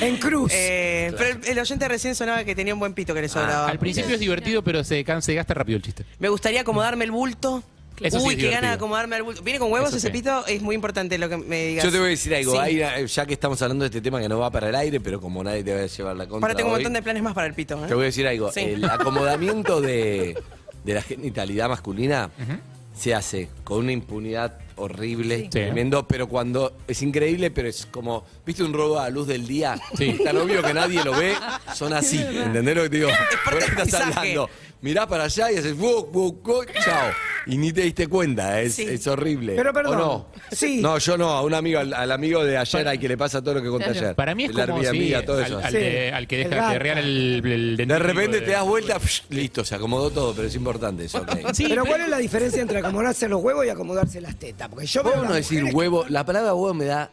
[SPEAKER 8] En cruz.
[SPEAKER 7] Eh, Pero el, el oyente recién sonaba que tenía un buen pito que
[SPEAKER 5] Ah,
[SPEAKER 7] le sobraba.
[SPEAKER 6] al principio es divertido, pero se cansa y gasta rápido el chiste.
[SPEAKER 7] Me gustaría acomodarme el bulto.
[SPEAKER 6] Eso sí
[SPEAKER 7] Uy,
[SPEAKER 6] es
[SPEAKER 7] qué gana
[SPEAKER 6] divertido.
[SPEAKER 7] de acomodarme el bulto. ¿Viene con huevos
[SPEAKER 6] Eso
[SPEAKER 7] ese
[SPEAKER 6] sí.
[SPEAKER 7] pito? Es muy importante lo que me digas.
[SPEAKER 5] Yo te voy a decir algo,
[SPEAKER 7] Sí.
[SPEAKER 5] hay una- ya que estamos hablando de este tema que no va para el aire, pero como nadie te va a llevar la contra
[SPEAKER 7] Ahora tengo un
[SPEAKER 5] hoy,
[SPEAKER 7] montón de planes más para el pito. ¿eh?
[SPEAKER 5] Te voy a decir algo,
[SPEAKER 7] Sí.
[SPEAKER 5] el acomodamiento de, de la genitalidad masculina se hace con una impunidad horrible,
[SPEAKER 6] Sí.
[SPEAKER 5] tremendo, pero cuando es increíble, pero es como, ¿viste un robo a la luz del día?
[SPEAKER 6] Sí.
[SPEAKER 5] Es Tan obvio que nadie lo ve, son así, ¿entendés lo que te digo?
[SPEAKER 7] parte
[SPEAKER 5] Vos
[SPEAKER 7] del
[SPEAKER 5] estás
[SPEAKER 7] paisaje.
[SPEAKER 5] hablando, mirá para allá y haces, "Bu, bu, bu", chao. Y ni te diste cuenta, es, es horrible.
[SPEAKER 6] Pero, perdón.
[SPEAKER 5] ¿O no?
[SPEAKER 6] Sí.
[SPEAKER 5] No, yo no, a un amigo, al, al amigo de ayer, al que le pasa todo lo que conté ayer.
[SPEAKER 6] Para mí es
[SPEAKER 5] El
[SPEAKER 6] como
[SPEAKER 5] Airbnb,
[SPEAKER 6] sí,
[SPEAKER 5] a todo
[SPEAKER 6] al,
[SPEAKER 5] eso.
[SPEAKER 6] al de- al que deja terrear el, el
[SPEAKER 5] De repente te das vuelta, psh, listo, se acomodó todo, pero es importante eso. ok.
[SPEAKER 8] pero ¿cuál es la diferencia entre acomodarse los huevos y acomodarse las tetas? Porque yo
[SPEAKER 5] ¿Puedo
[SPEAKER 8] veo
[SPEAKER 5] no
[SPEAKER 8] las
[SPEAKER 5] decir huevo? La palabra huevo me da.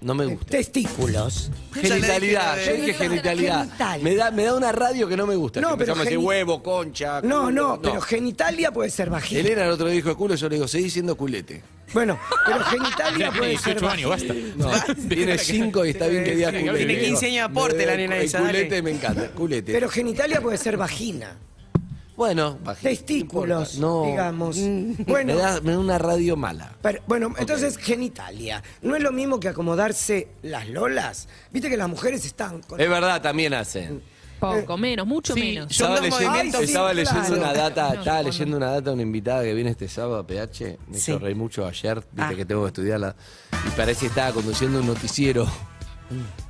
[SPEAKER 5] No me gusta.
[SPEAKER 8] Testículos.
[SPEAKER 5] Genitalidad, yo dije genitalidad. Me da, me da una radio que no me gusta.
[SPEAKER 8] No,
[SPEAKER 5] que
[SPEAKER 8] pero
[SPEAKER 5] empezamos a decir
[SPEAKER 8] geni-
[SPEAKER 5] huevo, concha.
[SPEAKER 8] No,
[SPEAKER 5] culo,
[SPEAKER 8] no, pero genitalia puede ser vagina.
[SPEAKER 5] Elena el otro día dijo culo, yo le digo, seguí diciendo culete.
[SPEAKER 8] Bueno, pero genitalia puede ser vagina.
[SPEAKER 5] No, tiene 5 y está bien que diga
[SPEAKER 8] Tiene
[SPEAKER 5] culete.
[SPEAKER 8] 15 años de aporte la nena
[SPEAKER 5] El
[SPEAKER 8] esa, dale.
[SPEAKER 5] Culete me encanta, culete.
[SPEAKER 8] Pero genitalia puede ser vagina.
[SPEAKER 5] Bueno, vagina,
[SPEAKER 8] Testículos,
[SPEAKER 5] no importa, no.
[SPEAKER 8] digamos.
[SPEAKER 5] Me,
[SPEAKER 8] Bueno.
[SPEAKER 5] da, me da una radio mala.
[SPEAKER 8] Pero, bueno, entonces genitalia. No es lo mismo que acomodarse las lolas. Viste que las mujeres están con.
[SPEAKER 5] Es verdad, también hacen.
[SPEAKER 9] Poco menos, mucho menos.
[SPEAKER 5] Estaba leyendo,
[SPEAKER 8] movimientos,
[SPEAKER 5] estaba
[SPEAKER 8] sí,
[SPEAKER 5] leyendo
[SPEAKER 8] claro.
[SPEAKER 5] una data, estaba leyendo una data de una invitada que viene este sábado a PH, me
[SPEAKER 8] Sí.
[SPEAKER 5] hizo reír mucho ayer, viste
[SPEAKER 8] Ah.
[SPEAKER 5] que tengo que estudiarla, y parece que estaba conduciendo un noticiero.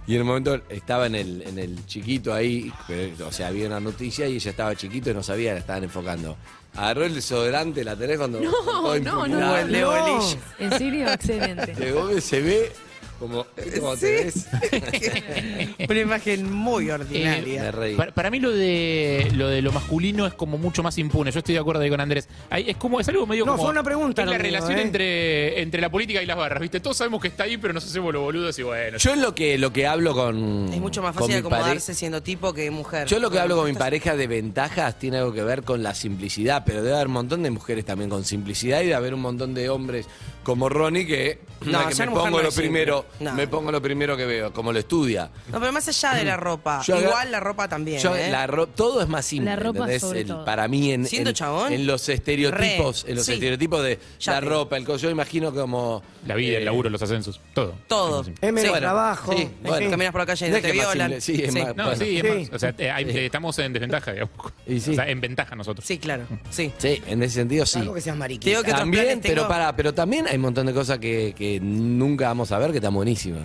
[SPEAKER 5] Y en el momento estaba en el, en el chiquito ahí, pero, o sea, había una noticia y ella estaba chiquito y no sabía, la estaban enfocando. Agarró el desodorante, la tenés cuando... con
[SPEAKER 9] No,
[SPEAKER 5] toda
[SPEAKER 9] no, no.
[SPEAKER 5] impunidad.
[SPEAKER 9] no. En serio, excelente.
[SPEAKER 5] Llegó y se ve como... como te ves.
[SPEAKER 7] Una imagen muy
[SPEAKER 5] Me
[SPEAKER 7] ordinaria.
[SPEAKER 5] reí.
[SPEAKER 6] Eh, Para, para mí lo de lo de lo masculino es como mucho más impune. Yo estoy de acuerdo ahí con Andrés. Ahí es como es algo medio
[SPEAKER 8] No,
[SPEAKER 6] como-
[SPEAKER 8] fue una pregunta,
[SPEAKER 6] Es la
[SPEAKER 8] lo mío,
[SPEAKER 6] relación
[SPEAKER 8] ¿eh?
[SPEAKER 6] entre, entre la política y las barras, ¿viste? Todos sabemos que está ahí, pero nos hacemos los boludos y bueno.
[SPEAKER 5] Yo en lo que, lo que hablo con...
[SPEAKER 7] Es mucho más
[SPEAKER 5] con
[SPEAKER 7] fácil
[SPEAKER 5] mi pare-
[SPEAKER 7] acomodarse siendo tipo que mujer.
[SPEAKER 5] Yo lo que hablo con mi pareja de ventajas tiene algo que ver con la simplicidad, pero debe haber un montón de mujeres también con simplicidad y debe haber un montón de hombres como Ronnie que,
[SPEAKER 7] No,
[SPEAKER 5] que
[SPEAKER 7] ser
[SPEAKER 5] me
[SPEAKER 7] mujer
[SPEAKER 5] pongo
[SPEAKER 7] no
[SPEAKER 5] lo
[SPEAKER 7] es simple.
[SPEAKER 5] primero,
[SPEAKER 7] No.
[SPEAKER 5] me pongo lo primero que veo, como lo estudia.
[SPEAKER 7] No, pero más allá de la ropa.
[SPEAKER 5] Yo agar-
[SPEAKER 7] Igual la ropa también.
[SPEAKER 5] Yo-
[SPEAKER 7] ¿eh?
[SPEAKER 5] la ro- todo es más simple,
[SPEAKER 9] La ropa
[SPEAKER 5] ¿entendés?
[SPEAKER 9] sobre
[SPEAKER 5] El-
[SPEAKER 9] todo.
[SPEAKER 5] para mí en,
[SPEAKER 7] Siendo
[SPEAKER 5] en-
[SPEAKER 7] chabón,
[SPEAKER 5] en los estereotipos,
[SPEAKER 7] re,
[SPEAKER 5] en los
[SPEAKER 7] sí.
[SPEAKER 5] estereotipos de
[SPEAKER 7] Ya
[SPEAKER 5] la
[SPEAKER 7] te-
[SPEAKER 5] ropa, el co- yo imagino como
[SPEAKER 6] La vida, el
[SPEAKER 5] eh,
[SPEAKER 6] laburo, los ascensos, todo.
[SPEAKER 7] Todo.
[SPEAKER 8] Es menos
[SPEAKER 5] bueno,
[SPEAKER 8] trabajo.
[SPEAKER 5] sí,
[SPEAKER 8] en
[SPEAKER 5] bueno.
[SPEAKER 8] fin.
[SPEAKER 7] Caminas por la calle y
[SPEAKER 5] No
[SPEAKER 7] no,
[SPEAKER 5] es
[SPEAKER 7] te
[SPEAKER 5] que más
[SPEAKER 7] violan.
[SPEAKER 5] simple, sí, es más-
[SPEAKER 6] No,
[SPEAKER 5] Bueno.
[SPEAKER 6] sí, es
[SPEAKER 8] Sí.
[SPEAKER 6] más. O sea, eh, hay- estamos en desventaja, digamos.
[SPEAKER 5] Y sí.
[SPEAKER 6] O sea, en ventaja nosotros.
[SPEAKER 7] Sí, claro. Sí.
[SPEAKER 5] Sí, en ese sentido sí.
[SPEAKER 8] Algo que seas
[SPEAKER 7] Te
[SPEAKER 8] mariquita.
[SPEAKER 7] digo que otros
[SPEAKER 5] También,
[SPEAKER 7] planes tengo.
[SPEAKER 5] pero para, pero también hay un montón de cosas que, que nunca vamos a ver que están buenísimas.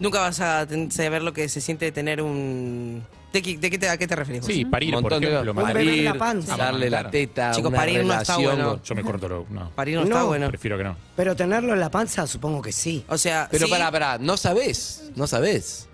[SPEAKER 7] Nunca vas a ten- saber lo que se siente tener un. ¿De qué, de qué te, a qué te referís? vos?
[SPEAKER 6] Sí, parir, por
[SPEAKER 5] montón de-
[SPEAKER 6] ejemplo.
[SPEAKER 8] Un
[SPEAKER 6] matar. Ah,
[SPEAKER 8] bebé en
[SPEAKER 5] parir,
[SPEAKER 8] la panza.
[SPEAKER 5] darle la teta,
[SPEAKER 7] Chicos,
[SPEAKER 5] una
[SPEAKER 7] parir no está
[SPEAKER 5] relación.
[SPEAKER 7] bueno.
[SPEAKER 6] Yo me corto lo. No,
[SPEAKER 7] Parir no, está
[SPEAKER 8] No.
[SPEAKER 7] bueno.
[SPEAKER 6] prefiero que no.
[SPEAKER 8] Pero tenerlo en la panza, supongo que sí.
[SPEAKER 7] O sea,
[SPEAKER 5] Pero
[SPEAKER 7] Ah, sí,
[SPEAKER 5] pará, pará, no sabés, no sabés.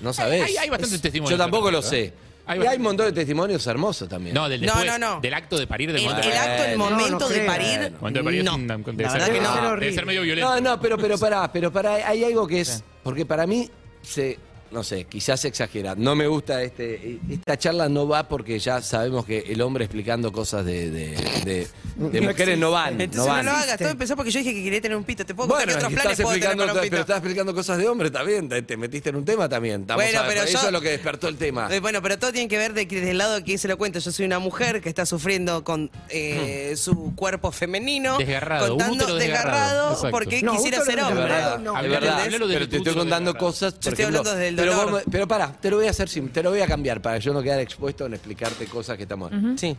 [SPEAKER 5] No sabés.
[SPEAKER 6] Hay- hay bastantes
[SPEAKER 5] Es-
[SPEAKER 6] testimonios
[SPEAKER 5] Yo tampoco
[SPEAKER 6] al
[SPEAKER 5] lo sé.
[SPEAKER 6] respecto, ¿eh? Hay
[SPEAKER 5] y hay
[SPEAKER 6] bastantes-
[SPEAKER 5] un montón de testimonios hermosos también.
[SPEAKER 6] No, del
[SPEAKER 7] No,
[SPEAKER 6] después,
[SPEAKER 7] no, no.
[SPEAKER 6] del acto de parir del
[SPEAKER 7] el,
[SPEAKER 6] momento de
[SPEAKER 7] el
[SPEAKER 6] parir.
[SPEAKER 7] acto, el
[SPEAKER 5] Bueno,
[SPEAKER 7] momento
[SPEAKER 8] no
[SPEAKER 7] de
[SPEAKER 8] creo.
[SPEAKER 7] parir.
[SPEAKER 6] El momento de parir es un- debe
[SPEAKER 7] La
[SPEAKER 6] ser-
[SPEAKER 7] verdad
[SPEAKER 6] Debe
[SPEAKER 7] que no.
[SPEAKER 8] Debe ser
[SPEAKER 6] ser
[SPEAKER 8] horrible.
[SPEAKER 6] medio violento.
[SPEAKER 5] No, no, pero, pero pará, pero pará, hay algo que es. Porque para mí, se, no sé, quizás se exagera. No me gusta este. Esta charla no va porque ya sabemos que el hombre explicando cosas de, de, de- de mujeres no van. no
[SPEAKER 7] Entonces no,
[SPEAKER 5] van.
[SPEAKER 7] lo hagas. Todo empezó porque yo dije que quería tener un pito. Te puedo contar
[SPEAKER 5] Bueno,
[SPEAKER 7] que otros
[SPEAKER 5] es que
[SPEAKER 7] planes
[SPEAKER 5] estás
[SPEAKER 7] puedo tener
[SPEAKER 5] explicando,
[SPEAKER 7] para un pito.
[SPEAKER 5] pero estás explicando cosas de hombre también. Te, te metiste en un tema también. Estamos
[SPEAKER 7] Bueno,
[SPEAKER 5] a-
[SPEAKER 7] pero
[SPEAKER 5] eso
[SPEAKER 7] yo-
[SPEAKER 5] es lo que despertó el tema.
[SPEAKER 7] Eh, Bueno, pero todo tiene que ver de que desde el lado de quien se lo cuento. Yo soy una mujer que está sufriendo con eh, su cuerpo femenino.
[SPEAKER 6] Mm. Desgarrado, un
[SPEAKER 7] Contando
[SPEAKER 6] útero desgarrado.
[SPEAKER 7] desgarrado,
[SPEAKER 6] Exacto.
[SPEAKER 7] porque
[SPEAKER 8] No,
[SPEAKER 7] quisiera
[SPEAKER 8] útero
[SPEAKER 7] ser
[SPEAKER 5] Es
[SPEAKER 7] hombre.
[SPEAKER 5] verdad,
[SPEAKER 8] No,
[SPEAKER 5] es
[SPEAKER 6] hablalo
[SPEAKER 5] verdad.
[SPEAKER 6] de- hablalo de
[SPEAKER 5] pero te
[SPEAKER 6] tu
[SPEAKER 5] estoy
[SPEAKER 6] uso
[SPEAKER 5] contando
[SPEAKER 6] de-
[SPEAKER 5] cosas. por
[SPEAKER 7] estoy
[SPEAKER 5] ejemplo,
[SPEAKER 7] hablando desde el
[SPEAKER 5] pero,
[SPEAKER 7] dolor.
[SPEAKER 5] vos me- pero pará, te lo voy a hacer sim- te lo voy a cambiar para yo no quedar expuesto en explicarte cosas que estamos.
[SPEAKER 7] Sí.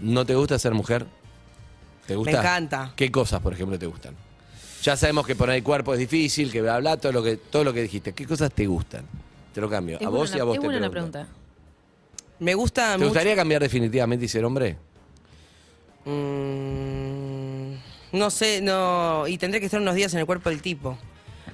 [SPEAKER 5] ¿No te gusta ser mujer? ¿Te gusta?
[SPEAKER 7] encanta.
[SPEAKER 5] ¿Qué cosas, por ejemplo, te gustan? Ya sabemos que poner el cuerpo es difícil, que bla bla, todo lo que todo lo que dijiste. ¿Qué cosas te gustan? Te lo cambio.
[SPEAKER 9] Es
[SPEAKER 5] a vos
[SPEAKER 9] buena
[SPEAKER 5] y a
[SPEAKER 9] la-
[SPEAKER 5] vos
[SPEAKER 9] es
[SPEAKER 5] te
[SPEAKER 9] buena la
[SPEAKER 5] pregunto.
[SPEAKER 9] pregunta.
[SPEAKER 7] Me gusta
[SPEAKER 5] ¿Te
[SPEAKER 7] mucho.
[SPEAKER 5] gustaría cambiar definitivamente y ser hombre?
[SPEAKER 7] Mm, no sé, no. Y tendré que estar unos días en el cuerpo del tipo.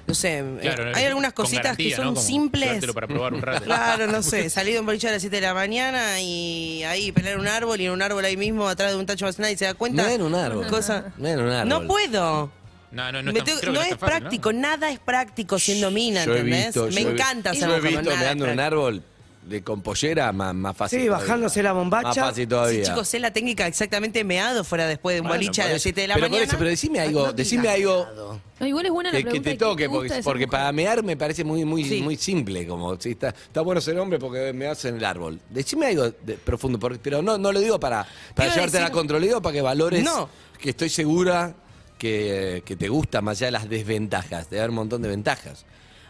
[SPEAKER 7] No sé.
[SPEAKER 6] Claro,
[SPEAKER 7] eh,
[SPEAKER 6] no,
[SPEAKER 7] hay
[SPEAKER 6] es-
[SPEAKER 7] algunas
[SPEAKER 6] con
[SPEAKER 7] cositas
[SPEAKER 6] garantía,
[SPEAKER 7] que son
[SPEAKER 6] ¿no? Como
[SPEAKER 7] simples.
[SPEAKER 6] llevártelo para probar un rato.
[SPEAKER 7] Claro, no sé. Salir de un boliche a las 7 de la mañana y ahí pelar un árbol y en un árbol ahí mismo atrás de un tacho de nadie se da cuenta.
[SPEAKER 5] No en un árbol.
[SPEAKER 7] Cosa-
[SPEAKER 5] No en un árbol.
[SPEAKER 7] No puedo.
[SPEAKER 6] No, no, no
[SPEAKER 7] Me
[SPEAKER 6] es, tan- creo
[SPEAKER 7] tengo-
[SPEAKER 6] que
[SPEAKER 7] no
[SPEAKER 6] no
[SPEAKER 7] es
[SPEAKER 6] tan fácil, ¿no?
[SPEAKER 7] práctico, nada es práctico siendo mina,
[SPEAKER 5] Yo he
[SPEAKER 7] ¿entendés?
[SPEAKER 5] visto-
[SPEAKER 7] Me
[SPEAKER 5] yo he-
[SPEAKER 7] encanta
[SPEAKER 5] yo
[SPEAKER 7] ser
[SPEAKER 5] he
[SPEAKER 7] mujer,
[SPEAKER 5] visto
[SPEAKER 7] nada es
[SPEAKER 5] meando en un
[SPEAKER 7] práctico.
[SPEAKER 5] árbol de con pollera más, más fácil.
[SPEAKER 8] Sí,
[SPEAKER 5] todavía.
[SPEAKER 8] bajándose la bombacha.
[SPEAKER 5] Más fácil
[SPEAKER 7] Sí,
[SPEAKER 5] todavía.
[SPEAKER 7] chicos, sé la técnica exactamente meado fuera después de un
[SPEAKER 5] Bueno,
[SPEAKER 7] boliche
[SPEAKER 5] por
[SPEAKER 7] a las
[SPEAKER 5] eso.
[SPEAKER 7] 7 de la
[SPEAKER 5] pero por
[SPEAKER 7] mañana.
[SPEAKER 5] eso, pero decime algo, decime algo
[SPEAKER 9] No, igual es buena la
[SPEAKER 5] que, que
[SPEAKER 9] pregunta.
[SPEAKER 5] te
[SPEAKER 9] de qué gusta
[SPEAKER 5] toque,
[SPEAKER 9] de
[SPEAKER 5] porque,
[SPEAKER 9] ser
[SPEAKER 5] porque
[SPEAKER 9] mujer.
[SPEAKER 5] para mear me parece muy muy
[SPEAKER 7] Sí.
[SPEAKER 5] muy simple, como sí, está, está bueno ser hombre porque me hacen el árbol. Decime algo de- profundo, porque- pero no no lo digo para, para
[SPEAKER 7] iba a
[SPEAKER 5] llevarte a la
[SPEAKER 7] decir-
[SPEAKER 5] control, lo digo para que valores
[SPEAKER 7] No.
[SPEAKER 5] que estoy segura que, que te gusta más allá de las desventajas, de haber un montón de ventajas.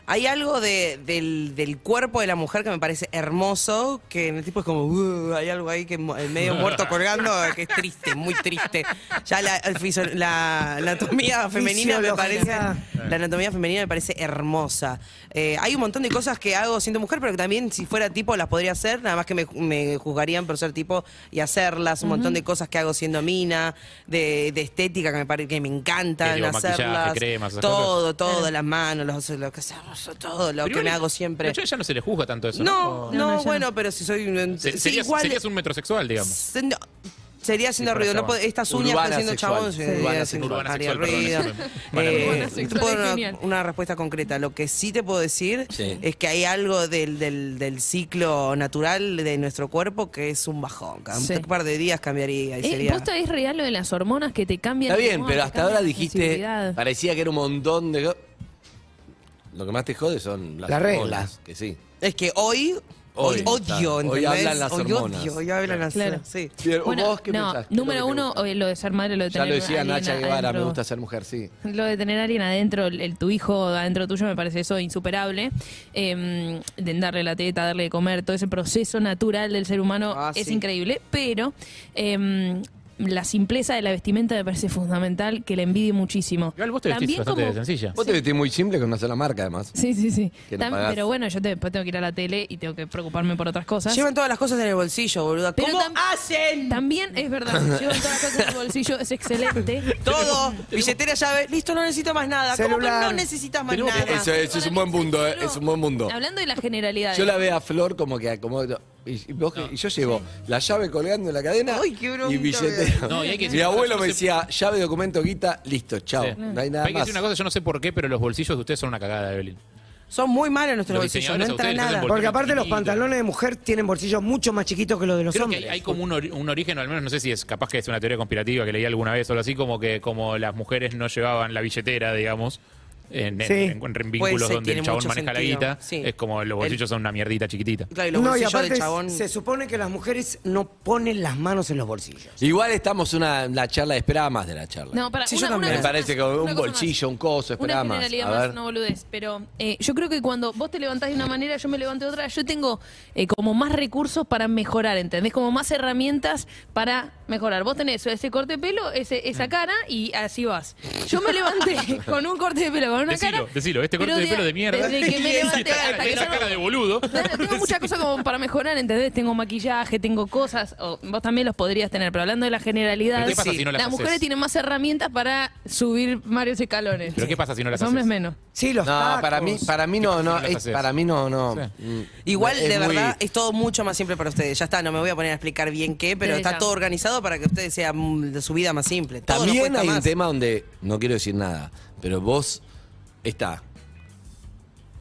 [SPEAKER 7] Hay algo de- del, del cuerpo de la mujer que me parece hermoso, que en el tipo es como, "Uh", hay algo ahí que mu- el medio muerto colgando, que es triste, muy triste. Ya la, el fiso- la anatomía femenina me parece.
[SPEAKER 8] Fisiología.
[SPEAKER 7] La anatomía femenina me parece hermosa. Eh, hay un montón de cosas que hago siendo mujer, pero que también si fuera tipo las podría hacer, nada más que me, me juzgarían por ser tipo y hacerlas. Un montón de cosas que hago siendo mina, de, de estética que me, pare- que me encantan
[SPEAKER 6] Que digo, maquillaje,
[SPEAKER 7] hacerlas.
[SPEAKER 6] cremas, esas
[SPEAKER 7] todo, todo, las manos, los, lo que sea, todo
[SPEAKER 6] Pero
[SPEAKER 7] lo que
[SPEAKER 6] igual
[SPEAKER 7] me
[SPEAKER 6] es-
[SPEAKER 7] hago siempre.
[SPEAKER 6] Pero ya- ya no se le juzga tanto eso.
[SPEAKER 7] No, no,
[SPEAKER 6] O-
[SPEAKER 9] no, ya
[SPEAKER 7] bueno, pero si soy un-
[SPEAKER 6] Se-
[SPEAKER 7] sí,
[SPEAKER 6] serías,
[SPEAKER 7] igual
[SPEAKER 6] serías un metrosexual, digamos.
[SPEAKER 7] se- no, sería haciendo
[SPEAKER 6] Sí,
[SPEAKER 7] ruido, no
[SPEAKER 6] por acá
[SPEAKER 7] pod-
[SPEAKER 6] va.
[SPEAKER 7] estas uñas
[SPEAKER 5] Urbana
[SPEAKER 7] que haciendo
[SPEAKER 5] sexual.
[SPEAKER 7] chabón,
[SPEAKER 5] Sí.
[SPEAKER 7] sería
[SPEAKER 5] Urbana
[SPEAKER 7] haciendo-
[SPEAKER 5] sexual,
[SPEAKER 7] haría
[SPEAKER 6] perdón,
[SPEAKER 7] ruido.
[SPEAKER 6] disculpen. Bueno,
[SPEAKER 7] Eh,
[SPEAKER 9] urbana sexual
[SPEAKER 7] puedo
[SPEAKER 9] es
[SPEAKER 7] dar
[SPEAKER 9] genial.
[SPEAKER 7] una, una respuesta concreta. Lo que sí te puedo decir
[SPEAKER 5] Sí.
[SPEAKER 7] es que hay algo del, del- del ciclo natural de nuestro cuerpo que es un bajón. Cada
[SPEAKER 9] Sí.
[SPEAKER 7] un par de días cambiaría y
[SPEAKER 9] Eh,
[SPEAKER 7] sería.
[SPEAKER 9] posta es real lo de las hormonas que te cambian.
[SPEAKER 5] Está
[SPEAKER 9] el
[SPEAKER 5] bien,
[SPEAKER 9] humor,
[SPEAKER 5] pero
[SPEAKER 9] te
[SPEAKER 5] hasta
[SPEAKER 9] cambian
[SPEAKER 5] ahora
[SPEAKER 9] la
[SPEAKER 5] dijiste,
[SPEAKER 9] sensibilidad.
[SPEAKER 5] parecía que era un montón de... go- Lo que más te jode son las
[SPEAKER 8] Las reglas.
[SPEAKER 5] hormonas, que sí.
[SPEAKER 7] Es que hoy, hoy,
[SPEAKER 5] Hoy, está.
[SPEAKER 7] odio,
[SPEAKER 5] Hoy
[SPEAKER 7] ¿entendés?
[SPEAKER 5] hablan las hormonas.
[SPEAKER 7] odio, hoy hablan las
[SPEAKER 9] Claro.
[SPEAKER 7] sí.
[SPEAKER 9] Bueno,
[SPEAKER 5] ¿Vos qué
[SPEAKER 9] no,
[SPEAKER 5] pensás? ¿Qué es lo
[SPEAKER 9] número
[SPEAKER 5] que te
[SPEAKER 9] uno,
[SPEAKER 5] gusta?
[SPEAKER 9] eh, lo de ser madre, lo de
[SPEAKER 5] Ya
[SPEAKER 9] tener
[SPEAKER 5] lo decía
[SPEAKER 9] a
[SPEAKER 5] Nacha
[SPEAKER 9] alguien
[SPEAKER 5] Guevara, me
[SPEAKER 9] adentro.
[SPEAKER 5] gusta ser mujer, sí.
[SPEAKER 9] Lo de tener a alguien adentro, el, el- tu hijo adentro tuyo, me parece eso insuperable. Em, de darle la teta, darle de comer, todo ese proceso natural del ser humano
[SPEAKER 7] Ah,
[SPEAKER 9] es
[SPEAKER 7] sí.
[SPEAKER 9] increíble, pero em, la simpleza de la vestimenta me parece fundamental, que la envidie muchísimo.
[SPEAKER 6] Igual vos te vestís
[SPEAKER 9] También
[SPEAKER 6] bastante
[SPEAKER 9] como-
[SPEAKER 6] sencilla.
[SPEAKER 5] Vos te vestís muy simple con una sola marca, además.
[SPEAKER 9] Sí, sí, sí.
[SPEAKER 5] Que no
[SPEAKER 9] Tam-
[SPEAKER 5] pagás.
[SPEAKER 9] pero bueno, yo te- después tengo que ir a la tele y tengo que preocuparme por otras cosas.
[SPEAKER 7] Llevan todas las cosas en el bolsillo, boluda.
[SPEAKER 9] Pero
[SPEAKER 7] ¿Cómo
[SPEAKER 9] tam-
[SPEAKER 7] hacen?
[SPEAKER 9] También es verdad, llevan todas las cosas en el bolsillo, es excelente.
[SPEAKER 7] Todo, billetera, llave, listo, no necesito más nada. ¿Cómo
[SPEAKER 8] Celular.
[SPEAKER 7] que no necesitas más
[SPEAKER 6] Tenemos que-
[SPEAKER 7] nada?
[SPEAKER 5] Eso, eso es un buen mundo, eh, es un buen mundo.
[SPEAKER 9] Hablando de la generalidad.
[SPEAKER 5] Yo la veo a Flor como que acomodo. Y, y vos que- y yo llevo la llave colgando en la cadena
[SPEAKER 7] Ay, qué bronca,
[SPEAKER 5] y billetera.
[SPEAKER 6] No, y hay que
[SPEAKER 5] Mi
[SPEAKER 6] decir una cosa,
[SPEAKER 5] abuelo
[SPEAKER 6] yo
[SPEAKER 5] me
[SPEAKER 6] no sé-
[SPEAKER 5] decía, llave, documento, guita, listo, chao.
[SPEAKER 6] Sí.
[SPEAKER 5] No hay nada
[SPEAKER 6] Hay que
[SPEAKER 5] más.
[SPEAKER 6] decir una cosa, yo no sé por qué, pero los bolsillos de ustedes son una cagada, Evelyn.
[SPEAKER 7] Son muy malos nuestros
[SPEAKER 6] Los
[SPEAKER 7] bolsillos, no
[SPEAKER 6] diseñadores a
[SPEAKER 7] entra
[SPEAKER 6] ustedes les hacen
[SPEAKER 7] nada.
[SPEAKER 6] bolsillos.
[SPEAKER 8] Porque aparte los
[SPEAKER 6] Chiquito.
[SPEAKER 8] pantalones de mujer tienen bolsillos mucho más chiquitos que los de los
[SPEAKER 6] Creo que
[SPEAKER 8] hombres.
[SPEAKER 6] hay, hay como un, ori- un origen, o al menos no sé si es capaz que es una teoría conspirativa que leí alguna vez o algo así, como que como las mujeres no llevaban la billetera, digamos, en, en-
[SPEAKER 8] Sí.
[SPEAKER 6] en- en vínculos donde
[SPEAKER 7] ser,
[SPEAKER 6] el
[SPEAKER 7] tiene
[SPEAKER 6] chabón
[SPEAKER 7] mucho
[SPEAKER 6] maneja
[SPEAKER 7] sentido.
[SPEAKER 6] la guita,
[SPEAKER 7] Sí.
[SPEAKER 6] es como los bolsillos
[SPEAKER 7] El-
[SPEAKER 6] son una mierdita chiquitita.
[SPEAKER 7] Claro, y los
[SPEAKER 8] No, y
[SPEAKER 7] bolsillos del
[SPEAKER 8] aparte
[SPEAKER 7] chabón.
[SPEAKER 8] se supone que las mujeres no ponen las manos en los bolsillos.
[SPEAKER 5] Igual estamos una, la charla, esperaba más de la charla.
[SPEAKER 9] No, para
[SPEAKER 8] Sí, yo
[SPEAKER 9] una, una
[SPEAKER 8] también.
[SPEAKER 9] cosa
[SPEAKER 8] Me
[SPEAKER 5] parece que
[SPEAKER 9] más,
[SPEAKER 5] un
[SPEAKER 9] una cosa
[SPEAKER 5] bolsillo,
[SPEAKER 9] más.
[SPEAKER 5] un coso, esperá
[SPEAKER 9] Una
[SPEAKER 5] más.
[SPEAKER 9] generalidad
[SPEAKER 5] A
[SPEAKER 9] más,
[SPEAKER 5] ver.
[SPEAKER 9] no boludez, pero eh, yo creo que cuando vos te levantás de una manera, yo me levanto de otra, yo tengo eh, como más recursos para mejorar, ¿entendés? Como más herramientas para mejorar. Vos tenés ese corte de pelo, ese-
[SPEAKER 6] Mm.
[SPEAKER 9] esa cara y así vas. Yo me levanté con un corte de pelo, con una
[SPEAKER 6] Decilo,
[SPEAKER 9] cara...
[SPEAKER 6] decilo, este corte
[SPEAKER 9] pero
[SPEAKER 6] de pelo de mierda.
[SPEAKER 9] Desde que me
[SPEAKER 6] Y esa
[SPEAKER 9] levanté
[SPEAKER 6] cara-
[SPEAKER 9] hasta que
[SPEAKER 6] esa
[SPEAKER 9] salgo-
[SPEAKER 6] cara de boludo.
[SPEAKER 9] Claro, tengo muchas cosas como para mejorar, ¿entendés? Tengo maquillaje, tengo cosas, o vos también los podrías tener, pero hablando de la generalidad,
[SPEAKER 6] ¿Pero qué pasa si no las
[SPEAKER 9] las
[SPEAKER 6] haces?
[SPEAKER 9] mujeres tienen más herramientas para subir varios escalones.
[SPEAKER 6] ¿Pero qué pasa si no las
[SPEAKER 9] Los hombres
[SPEAKER 6] haces?
[SPEAKER 9] menos.
[SPEAKER 8] Sí, los
[SPEAKER 5] No,
[SPEAKER 8] tacos.
[SPEAKER 5] para mí, para mí no, no,
[SPEAKER 6] las
[SPEAKER 5] es-
[SPEAKER 6] haces?
[SPEAKER 5] para mí no, no.
[SPEAKER 6] Sí.
[SPEAKER 5] Mm,
[SPEAKER 7] Igual,
[SPEAKER 5] es
[SPEAKER 7] de
[SPEAKER 5] muy-
[SPEAKER 7] verdad, es todo mucho más simple para ustedes. Ya está, no me voy a poner a explicar bien qué, pero
[SPEAKER 9] Desde
[SPEAKER 7] está
[SPEAKER 9] ya.
[SPEAKER 7] todo organizado para que ustedes sea mm, de su vida más simple. Todo nos
[SPEAKER 5] También
[SPEAKER 7] cuesta
[SPEAKER 5] hay un
[SPEAKER 7] más.
[SPEAKER 5] tema donde, no quiero decir nada, pero vos está.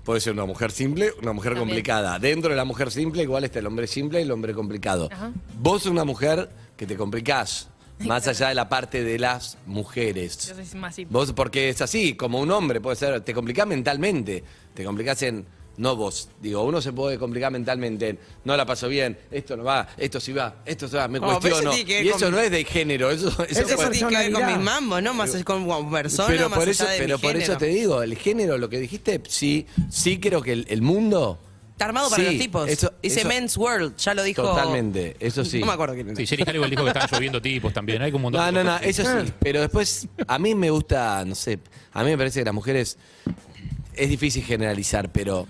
[SPEAKER 5] Puede ser una mujer simple, una mujer
[SPEAKER 9] También.
[SPEAKER 5] complicada. Dentro de la mujer simple, igual está el hombre simple y el hombre complicado.
[SPEAKER 9] Ajá.
[SPEAKER 5] Vos sos una mujer que te complicás, más allá de la parte de las mujeres.
[SPEAKER 9] Yo soy más simple.
[SPEAKER 5] Vos, porque es así, como un hombre puede ser, te complicás mentalmente, te complicás en, no vos, digo, uno se puede complicar mentalmente en, no la paso bien, esto no va, esto sí va, esto sí va, me
[SPEAKER 7] No, pero eso
[SPEAKER 5] cuestiono.
[SPEAKER 7] tiene que ver
[SPEAKER 5] y eso
[SPEAKER 7] con-
[SPEAKER 5] no es de género, eso, eso puede-
[SPEAKER 7] Eso tiene que ver con
[SPEAKER 8] personalidad.
[SPEAKER 7] mis mambos, ¿no? Más con con personas,
[SPEAKER 5] pero
[SPEAKER 7] más
[SPEAKER 5] por eso,
[SPEAKER 7] allá de
[SPEAKER 5] pero
[SPEAKER 7] mi
[SPEAKER 5] por eso
[SPEAKER 7] género.
[SPEAKER 5] te digo, el género, lo que dijiste, sí, sí creo que el, el mundo
[SPEAKER 7] Está armado para
[SPEAKER 5] Sí,
[SPEAKER 7] los tipos.
[SPEAKER 5] eso-
[SPEAKER 7] Ese
[SPEAKER 5] eso-
[SPEAKER 7] Men's World, ya lo dijo...
[SPEAKER 5] Totalmente, eso sí.
[SPEAKER 7] No me acuerdo quién era.
[SPEAKER 6] Sí, Jerry Halliwell dijo que estaban lloviendo tipos también. Hay como un montón
[SPEAKER 5] No,
[SPEAKER 6] de
[SPEAKER 5] no, no,
[SPEAKER 6] cosas que-
[SPEAKER 5] eso sí. Pero después, a mí me gusta, no sé, a mí me parece que las mujeres, es difícil generalizar, pero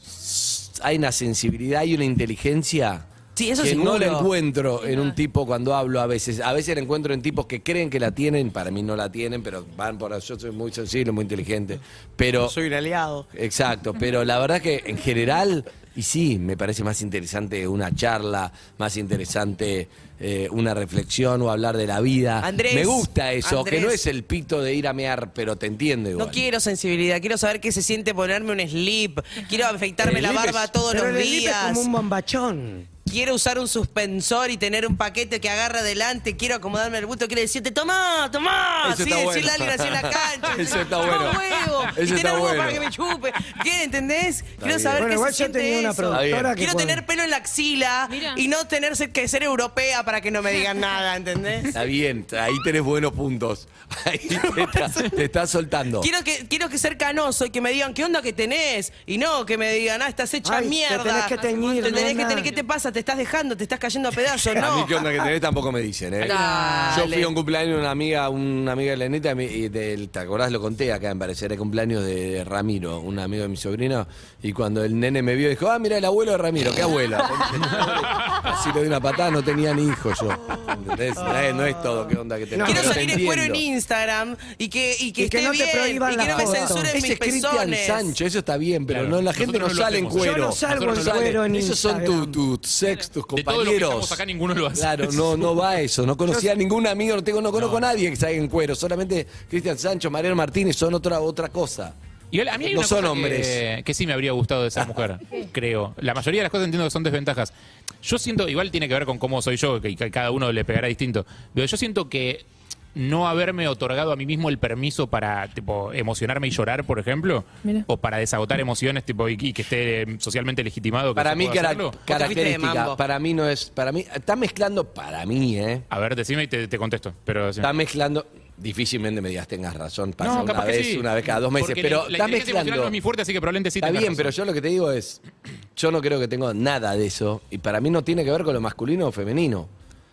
[SPEAKER 5] s- hay una sensibilidad y una inteligencia
[SPEAKER 7] Sí, eso
[SPEAKER 5] que
[SPEAKER 7] seguro.
[SPEAKER 5] no la encuentro en un tipo cuando hablo a veces. A veces la encuentro en tipos que creen que la tienen, para mí no la tienen, pero van por yo soy muy sensible, muy inteligente. Pero,
[SPEAKER 7] Soy un aliado.
[SPEAKER 5] exacto, pero la verdad que en general... Y sí, me parece más interesante una charla, más interesante eh, una reflexión o hablar de la vida.
[SPEAKER 7] Andrés,
[SPEAKER 5] Me gusta eso,
[SPEAKER 7] Andrés.
[SPEAKER 5] que no es el pito de ir a mear, pero te entiendo igual.
[SPEAKER 7] No quiero sensibilidad, quiero saber qué se siente ponerme un slip, quiero afeitarme
[SPEAKER 5] El
[SPEAKER 7] la
[SPEAKER 5] slip
[SPEAKER 7] barba
[SPEAKER 5] es-
[SPEAKER 7] todos
[SPEAKER 8] Pero
[SPEAKER 7] los
[SPEAKER 8] el slip es
[SPEAKER 7] días.
[SPEAKER 8] como un bombachón.
[SPEAKER 7] quiero usar un suspensor y tener un paquete que agarra adelante, quiero acomodarme el busto, quiere decirte, tomá, tomá,
[SPEAKER 5] Eso
[SPEAKER 7] sí,
[SPEAKER 5] está
[SPEAKER 7] decirle a alguien
[SPEAKER 5] bueno.
[SPEAKER 7] así en la cancha,
[SPEAKER 5] Eso está
[SPEAKER 7] "Toma
[SPEAKER 5] bueno.
[SPEAKER 7] huevo,
[SPEAKER 5] Eso está
[SPEAKER 7] y tener algo
[SPEAKER 5] bueno.
[SPEAKER 7] para que me chupe, ¿qué, entendés? quiero
[SPEAKER 5] bien.
[SPEAKER 7] saber
[SPEAKER 8] Bueno,
[SPEAKER 7] qué
[SPEAKER 8] igual
[SPEAKER 7] se
[SPEAKER 8] yo
[SPEAKER 7] siente
[SPEAKER 8] tenía una
[SPEAKER 7] eso.
[SPEAKER 8] productora que
[SPEAKER 7] Quiero
[SPEAKER 8] cuando-
[SPEAKER 7] tener pelo en la axila
[SPEAKER 9] Mira.
[SPEAKER 7] y no tener ser- que ser europea para que no me digan nada, ¿entendés?
[SPEAKER 5] Está bien, ahí tenés buenos puntos. Ahí te está- te estás soltando.
[SPEAKER 7] Quiero que, quiero que ser canoso y que me digan qué onda que tenés. Y no que me digan, ah, estás hecha
[SPEAKER 8] Ay, te
[SPEAKER 7] mierda.
[SPEAKER 8] tenés que teñir,
[SPEAKER 7] Te tenés que
[SPEAKER 8] nena.
[SPEAKER 7] tener, ¿qué te pasa? Te estás dejando, te estás cayendo a pedazos,
[SPEAKER 5] A mí
[SPEAKER 7] ¿no?
[SPEAKER 5] qué onda que tenés tampoco me dicen, ¿eh? Yo fui a un cumpleaños de una amiga, una amiga de la neta, y del- te acordás, lo conté acá, me parecer era el cumpleaños de Ramiro, un amigo de mi sobrino, y cuando el nene me vio dijo, ah, mira el abuelo de Ramiro, qué abuela. Así le di una patada, no tenía ni hijo yo. ¿Entendés? Eh, no es todo, qué onda que tenés.
[SPEAKER 7] Quiero
[SPEAKER 5] Pero te
[SPEAKER 7] salir en cuero en
[SPEAKER 5] entiendo.
[SPEAKER 7] Instagram y que, y que
[SPEAKER 8] Y que
[SPEAKER 7] esté
[SPEAKER 8] no te
[SPEAKER 7] bien
[SPEAKER 8] prohíban
[SPEAKER 7] y que
[SPEAKER 8] las
[SPEAKER 7] no me
[SPEAKER 8] fotos.
[SPEAKER 7] censuren
[SPEAKER 5] Ese
[SPEAKER 7] mis
[SPEAKER 5] es Cristian
[SPEAKER 7] pezones.
[SPEAKER 5] Sancho, eso está bien, pero
[SPEAKER 6] Claro.
[SPEAKER 5] no, la gente no,
[SPEAKER 6] Nosotros no lo
[SPEAKER 5] sale en
[SPEAKER 6] hacemos.
[SPEAKER 5] cuero.
[SPEAKER 8] Yo no salgo
[SPEAKER 6] Nosotros
[SPEAKER 8] en
[SPEAKER 6] no lo
[SPEAKER 8] cuero en
[SPEAKER 5] Esos son
[SPEAKER 8] Instagram.
[SPEAKER 5] tus tu sex, tus
[SPEAKER 6] De todos los que
[SPEAKER 5] compañeros.
[SPEAKER 6] estamos acá, ninguno lo hace.
[SPEAKER 5] Claro, no, no va eso. No conocía a ningún amigo, no, tengo, no conozco a nadie que salga en cuero. Solamente Cristian Sancho, Mariano Martínez son otra, otra cosa.
[SPEAKER 6] Igual, a mí hay
[SPEAKER 5] No
[SPEAKER 6] una
[SPEAKER 5] son
[SPEAKER 6] cosa
[SPEAKER 5] hombres.
[SPEAKER 6] Que, que sí me habría gustado de esa mujer, creo. La mayoría de las cosas entiendo que son desventajas. Yo siento, igual tiene que ver con cómo soy yo, que, que cada uno le pegará distinto. Pero yo siento que no haberme otorgado a mí mismo el permiso para tipo emocionarme y llorar, por ejemplo,
[SPEAKER 9] Mira.
[SPEAKER 6] o para desagotar emociones tipo y, y que esté eh, socialmente legitimado. que
[SPEAKER 5] Para
[SPEAKER 6] yo
[SPEAKER 5] mí,
[SPEAKER 6] pueda
[SPEAKER 5] cara-
[SPEAKER 6] hacerlo.
[SPEAKER 7] te fuiste de
[SPEAKER 5] característica.
[SPEAKER 7] mambo.
[SPEAKER 5] Para mí no es. Para mí. Está mezclando, para mí, ¿eh?
[SPEAKER 6] A ver, decime y te, te contesto. Pero decime.
[SPEAKER 5] Está mezclando. Difícilmente me digas, tengas razón. Pasa
[SPEAKER 6] No,
[SPEAKER 5] una
[SPEAKER 6] capaz que
[SPEAKER 5] vez,
[SPEAKER 6] sí.
[SPEAKER 5] una vez cada dos meses.
[SPEAKER 6] Porque
[SPEAKER 5] pero
[SPEAKER 6] la, la
[SPEAKER 5] está
[SPEAKER 6] inteligencia emocional
[SPEAKER 5] mezclando.
[SPEAKER 6] no es mi fuerte, así que probablemente sí
[SPEAKER 5] Está
[SPEAKER 6] tengas
[SPEAKER 5] bien,
[SPEAKER 6] razón.
[SPEAKER 5] pero yo lo que te digo es, yo no creo que tengo nada de eso. Y para mí no tiene que ver con lo masculino o femenino.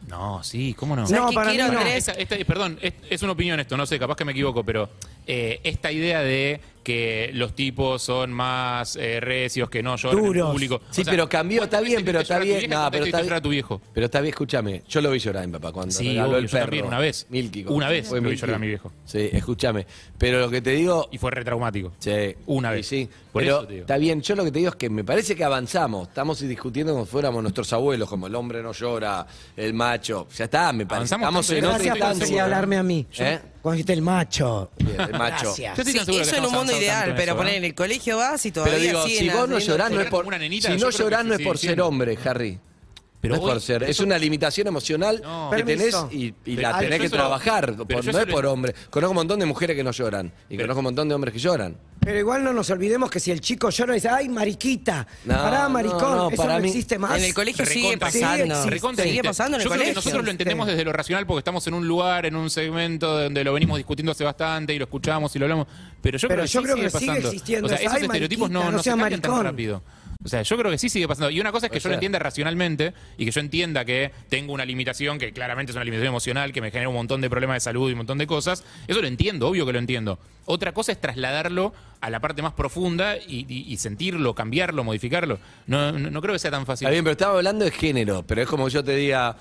[SPEAKER 6] No, sí, ¿cómo no?
[SPEAKER 7] ¿Sabes
[SPEAKER 8] No,
[SPEAKER 7] qué
[SPEAKER 8] para mí
[SPEAKER 7] quiero,
[SPEAKER 8] no.
[SPEAKER 5] Ah,
[SPEAKER 6] No,
[SPEAKER 7] Andrés?
[SPEAKER 6] esa- esta- perdón, es, es una opinión esto, no sé, capaz que me equivoco, pero eh, esta idea de que los tipos son más eh, recios, que no lloran en
[SPEAKER 8] Duros.
[SPEAKER 6] público.
[SPEAKER 5] Sí,
[SPEAKER 6] O sea,
[SPEAKER 5] pero cambió, está
[SPEAKER 6] ¿cuántas
[SPEAKER 5] bien,
[SPEAKER 6] veces
[SPEAKER 5] pero
[SPEAKER 6] te
[SPEAKER 5] está
[SPEAKER 6] llora tu
[SPEAKER 5] bien.
[SPEAKER 6] vieja?
[SPEAKER 5] no,
[SPEAKER 6] ¿Cuántas
[SPEAKER 5] pero
[SPEAKER 6] veces
[SPEAKER 5] está
[SPEAKER 6] te
[SPEAKER 5] bien.
[SPEAKER 6] llora tu viejo.
[SPEAKER 5] Pero está bien, escúchame. Yo lo vi llorar a mi papá cuando
[SPEAKER 6] Sí,
[SPEAKER 5] regaló
[SPEAKER 6] obvio,
[SPEAKER 5] el
[SPEAKER 6] yo
[SPEAKER 5] perro.
[SPEAKER 6] también, una vez.
[SPEAKER 5] Milky,
[SPEAKER 6] Una vez lo vi
[SPEAKER 5] Milky.
[SPEAKER 6] llorar a mi viejo.
[SPEAKER 5] Sí, escúchame. Pero lo que te digo...
[SPEAKER 6] Y fue retraumático.
[SPEAKER 5] Sí.
[SPEAKER 6] Una
[SPEAKER 5] Y
[SPEAKER 6] vez.
[SPEAKER 5] Sí,
[SPEAKER 6] Por
[SPEAKER 5] pero
[SPEAKER 6] eso te digo.
[SPEAKER 5] está bien, yo lo que te digo es que me parece que avanzamos. Estamos discutiendo como si fuéramos nuestros abuelos, como el hombre no llora, el macho. Ya está, me parece.
[SPEAKER 6] Avanzamos
[SPEAKER 5] Estamos en
[SPEAKER 6] tanto,
[SPEAKER 5] otra
[SPEAKER 8] Gracias por
[SPEAKER 6] estoy
[SPEAKER 5] instancia.
[SPEAKER 6] seguro.
[SPEAKER 8] hablarme a mí.
[SPEAKER 5] ¿Eh?
[SPEAKER 8] Cuando dijiste el macho.
[SPEAKER 5] Bien, el macho.
[SPEAKER 8] Gracias.
[SPEAKER 6] Yo estoy tan
[SPEAKER 7] Sí,
[SPEAKER 6] seguro que
[SPEAKER 7] eso en
[SPEAKER 6] hemos
[SPEAKER 7] un
[SPEAKER 6] avanzado
[SPEAKER 7] mundo
[SPEAKER 6] tanto
[SPEAKER 7] ideal,
[SPEAKER 6] en
[SPEAKER 7] pero
[SPEAKER 6] eso,
[SPEAKER 7] poner
[SPEAKER 6] ¿eh?
[SPEAKER 7] en el colegio vas y
[SPEAKER 5] Pero
[SPEAKER 7] todavía
[SPEAKER 5] digo,
[SPEAKER 7] siguen
[SPEAKER 5] si vos no
[SPEAKER 7] haciendo-
[SPEAKER 5] llorás, no es
[SPEAKER 6] llorar
[SPEAKER 5] por,
[SPEAKER 6] como una nenita,
[SPEAKER 5] si
[SPEAKER 6] yo
[SPEAKER 5] no
[SPEAKER 6] creo que
[SPEAKER 5] llorás,
[SPEAKER 6] sí,
[SPEAKER 5] no es
[SPEAKER 6] sí,
[SPEAKER 5] por
[SPEAKER 6] sí.
[SPEAKER 5] ser hombre, Harry.
[SPEAKER 6] Pero
[SPEAKER 5] no es
[SPEAKER 6] hoy-
[SPEAKER 5] por ser,
[SPEAKER 6] pero
[SPEAKER 5] es
[SPEAKER 6] eso-
[SPEAKER 5] una limitación emocional
[SPEAKER 6] No.
[SPEAKER 5] que tenés
[SPEAKER 8] Permiso.
[SPEAKER 5] y, y
[SPEAKER 6] Pero-
[SPEAKER 5] la
[SPEAKER 6] ah,
[SPEAKER 5] tenés
[SPEAKER 6] yo
[SPEAKER 5] que
[SPEAKER 6] eso lo-
[SPEAKER 5] trabajar,
[SPEAKER 6] pero
[SPEAKER 5] por-
[SPEAKER 6] yo
[SPEAKER 5] no
[SPEAKER 6] eso
[SPEAKER 5] es
[SPEAKER 6] lo-
[SPEAKER 5] por hombre. Conozco un montón de mujeres que no lloran y
[SPEAKER 6] Pero-
[SPEAKER 5] conozco un montón de hombres que lloran.
[SPEAKER 8] Pero igual no nos olvidemos que si el chico llora dice, ay, mariquita,
[SPEAKER 5] No,
[SPEAKER 8] pará,
[SPEAKER 5] no,
[SPEAKER 8] maricón,
[SPEAKER 5] no,
[SPEAKER 8] eso
[SPEAKER 5] para
[SPEAKER 8] no
[SPEAKER 5] mí-
[SPEAKER 8] existe más.
[SPEAKER 7] En el colegio sigue
[SPEAKER 6] Recontra
[SPEAKER 7] pasando.
[SPEAKER 8] existe.
[SPEAKER 6] Recontra
[SPEAKER 7] sigue
[SPEAKER 6] existe.
[SPEAKER 7] pasando en el
[SPEAKER 6] Yo creo
[SPEAKER 7] colegio.
[SPEAKER 6] que nosotros lo entendemos desde lo racional porque estamos en un lugar, en un segmento donde lo venimos discutiendo hace bastante y lo escuchamos y lo hablamos. Pero yo
[SPEAKER 8] Pero
[SPEAKER 6] creo que
[SPEAKER 8] yo
[SPEAKER 6] sí
[SPEAKER 8] creo que
[SPEAKER 6] sigue
[SPEAKER 8] sigue
[SPEAKER 6] pasando.
[SPEAKER 8] existiendo
[SPEAKER 6] o sea,
[SPEAKER 8] eso.
[SPEAKER 6] esos
[SPEAKER 8] Ay,
[SPEAKER 6] estereotipos
[SPEAKER 8] mariquita,
[SPEAKER 6] no,
[SPEAKER 8] no
[SPEAKER 6] no, se
[SPEAKER 8] seas
[SPEAKER 6] cambian tan
[SPEAKER 8] maricón.
[SPEAKER 6] rápido. O sea, yo creo que sí sigue pasando. Y una cosa es que
[SPEAKER 5] Puede
[SPEAKER 6] yo lo
[SPEAKER 5] ser.
[SPEAKER 6] entienda racionalmente y que yo entienda que tengo una limitación que claramente es una limitación emocional que me genera un montón de problemas de salud y un montón de cosas. Eso lo entiendo, obvio que lo entiendo. Otra cosa es trasladarlo a la parte más profunda y, y- y sentirlo, cambiarlo, modificarlo. No, no, no creo que sea tan fácil.
[SPEAKER 5] Está bien, pero estaba hablando de género, pero es como que yo te diga,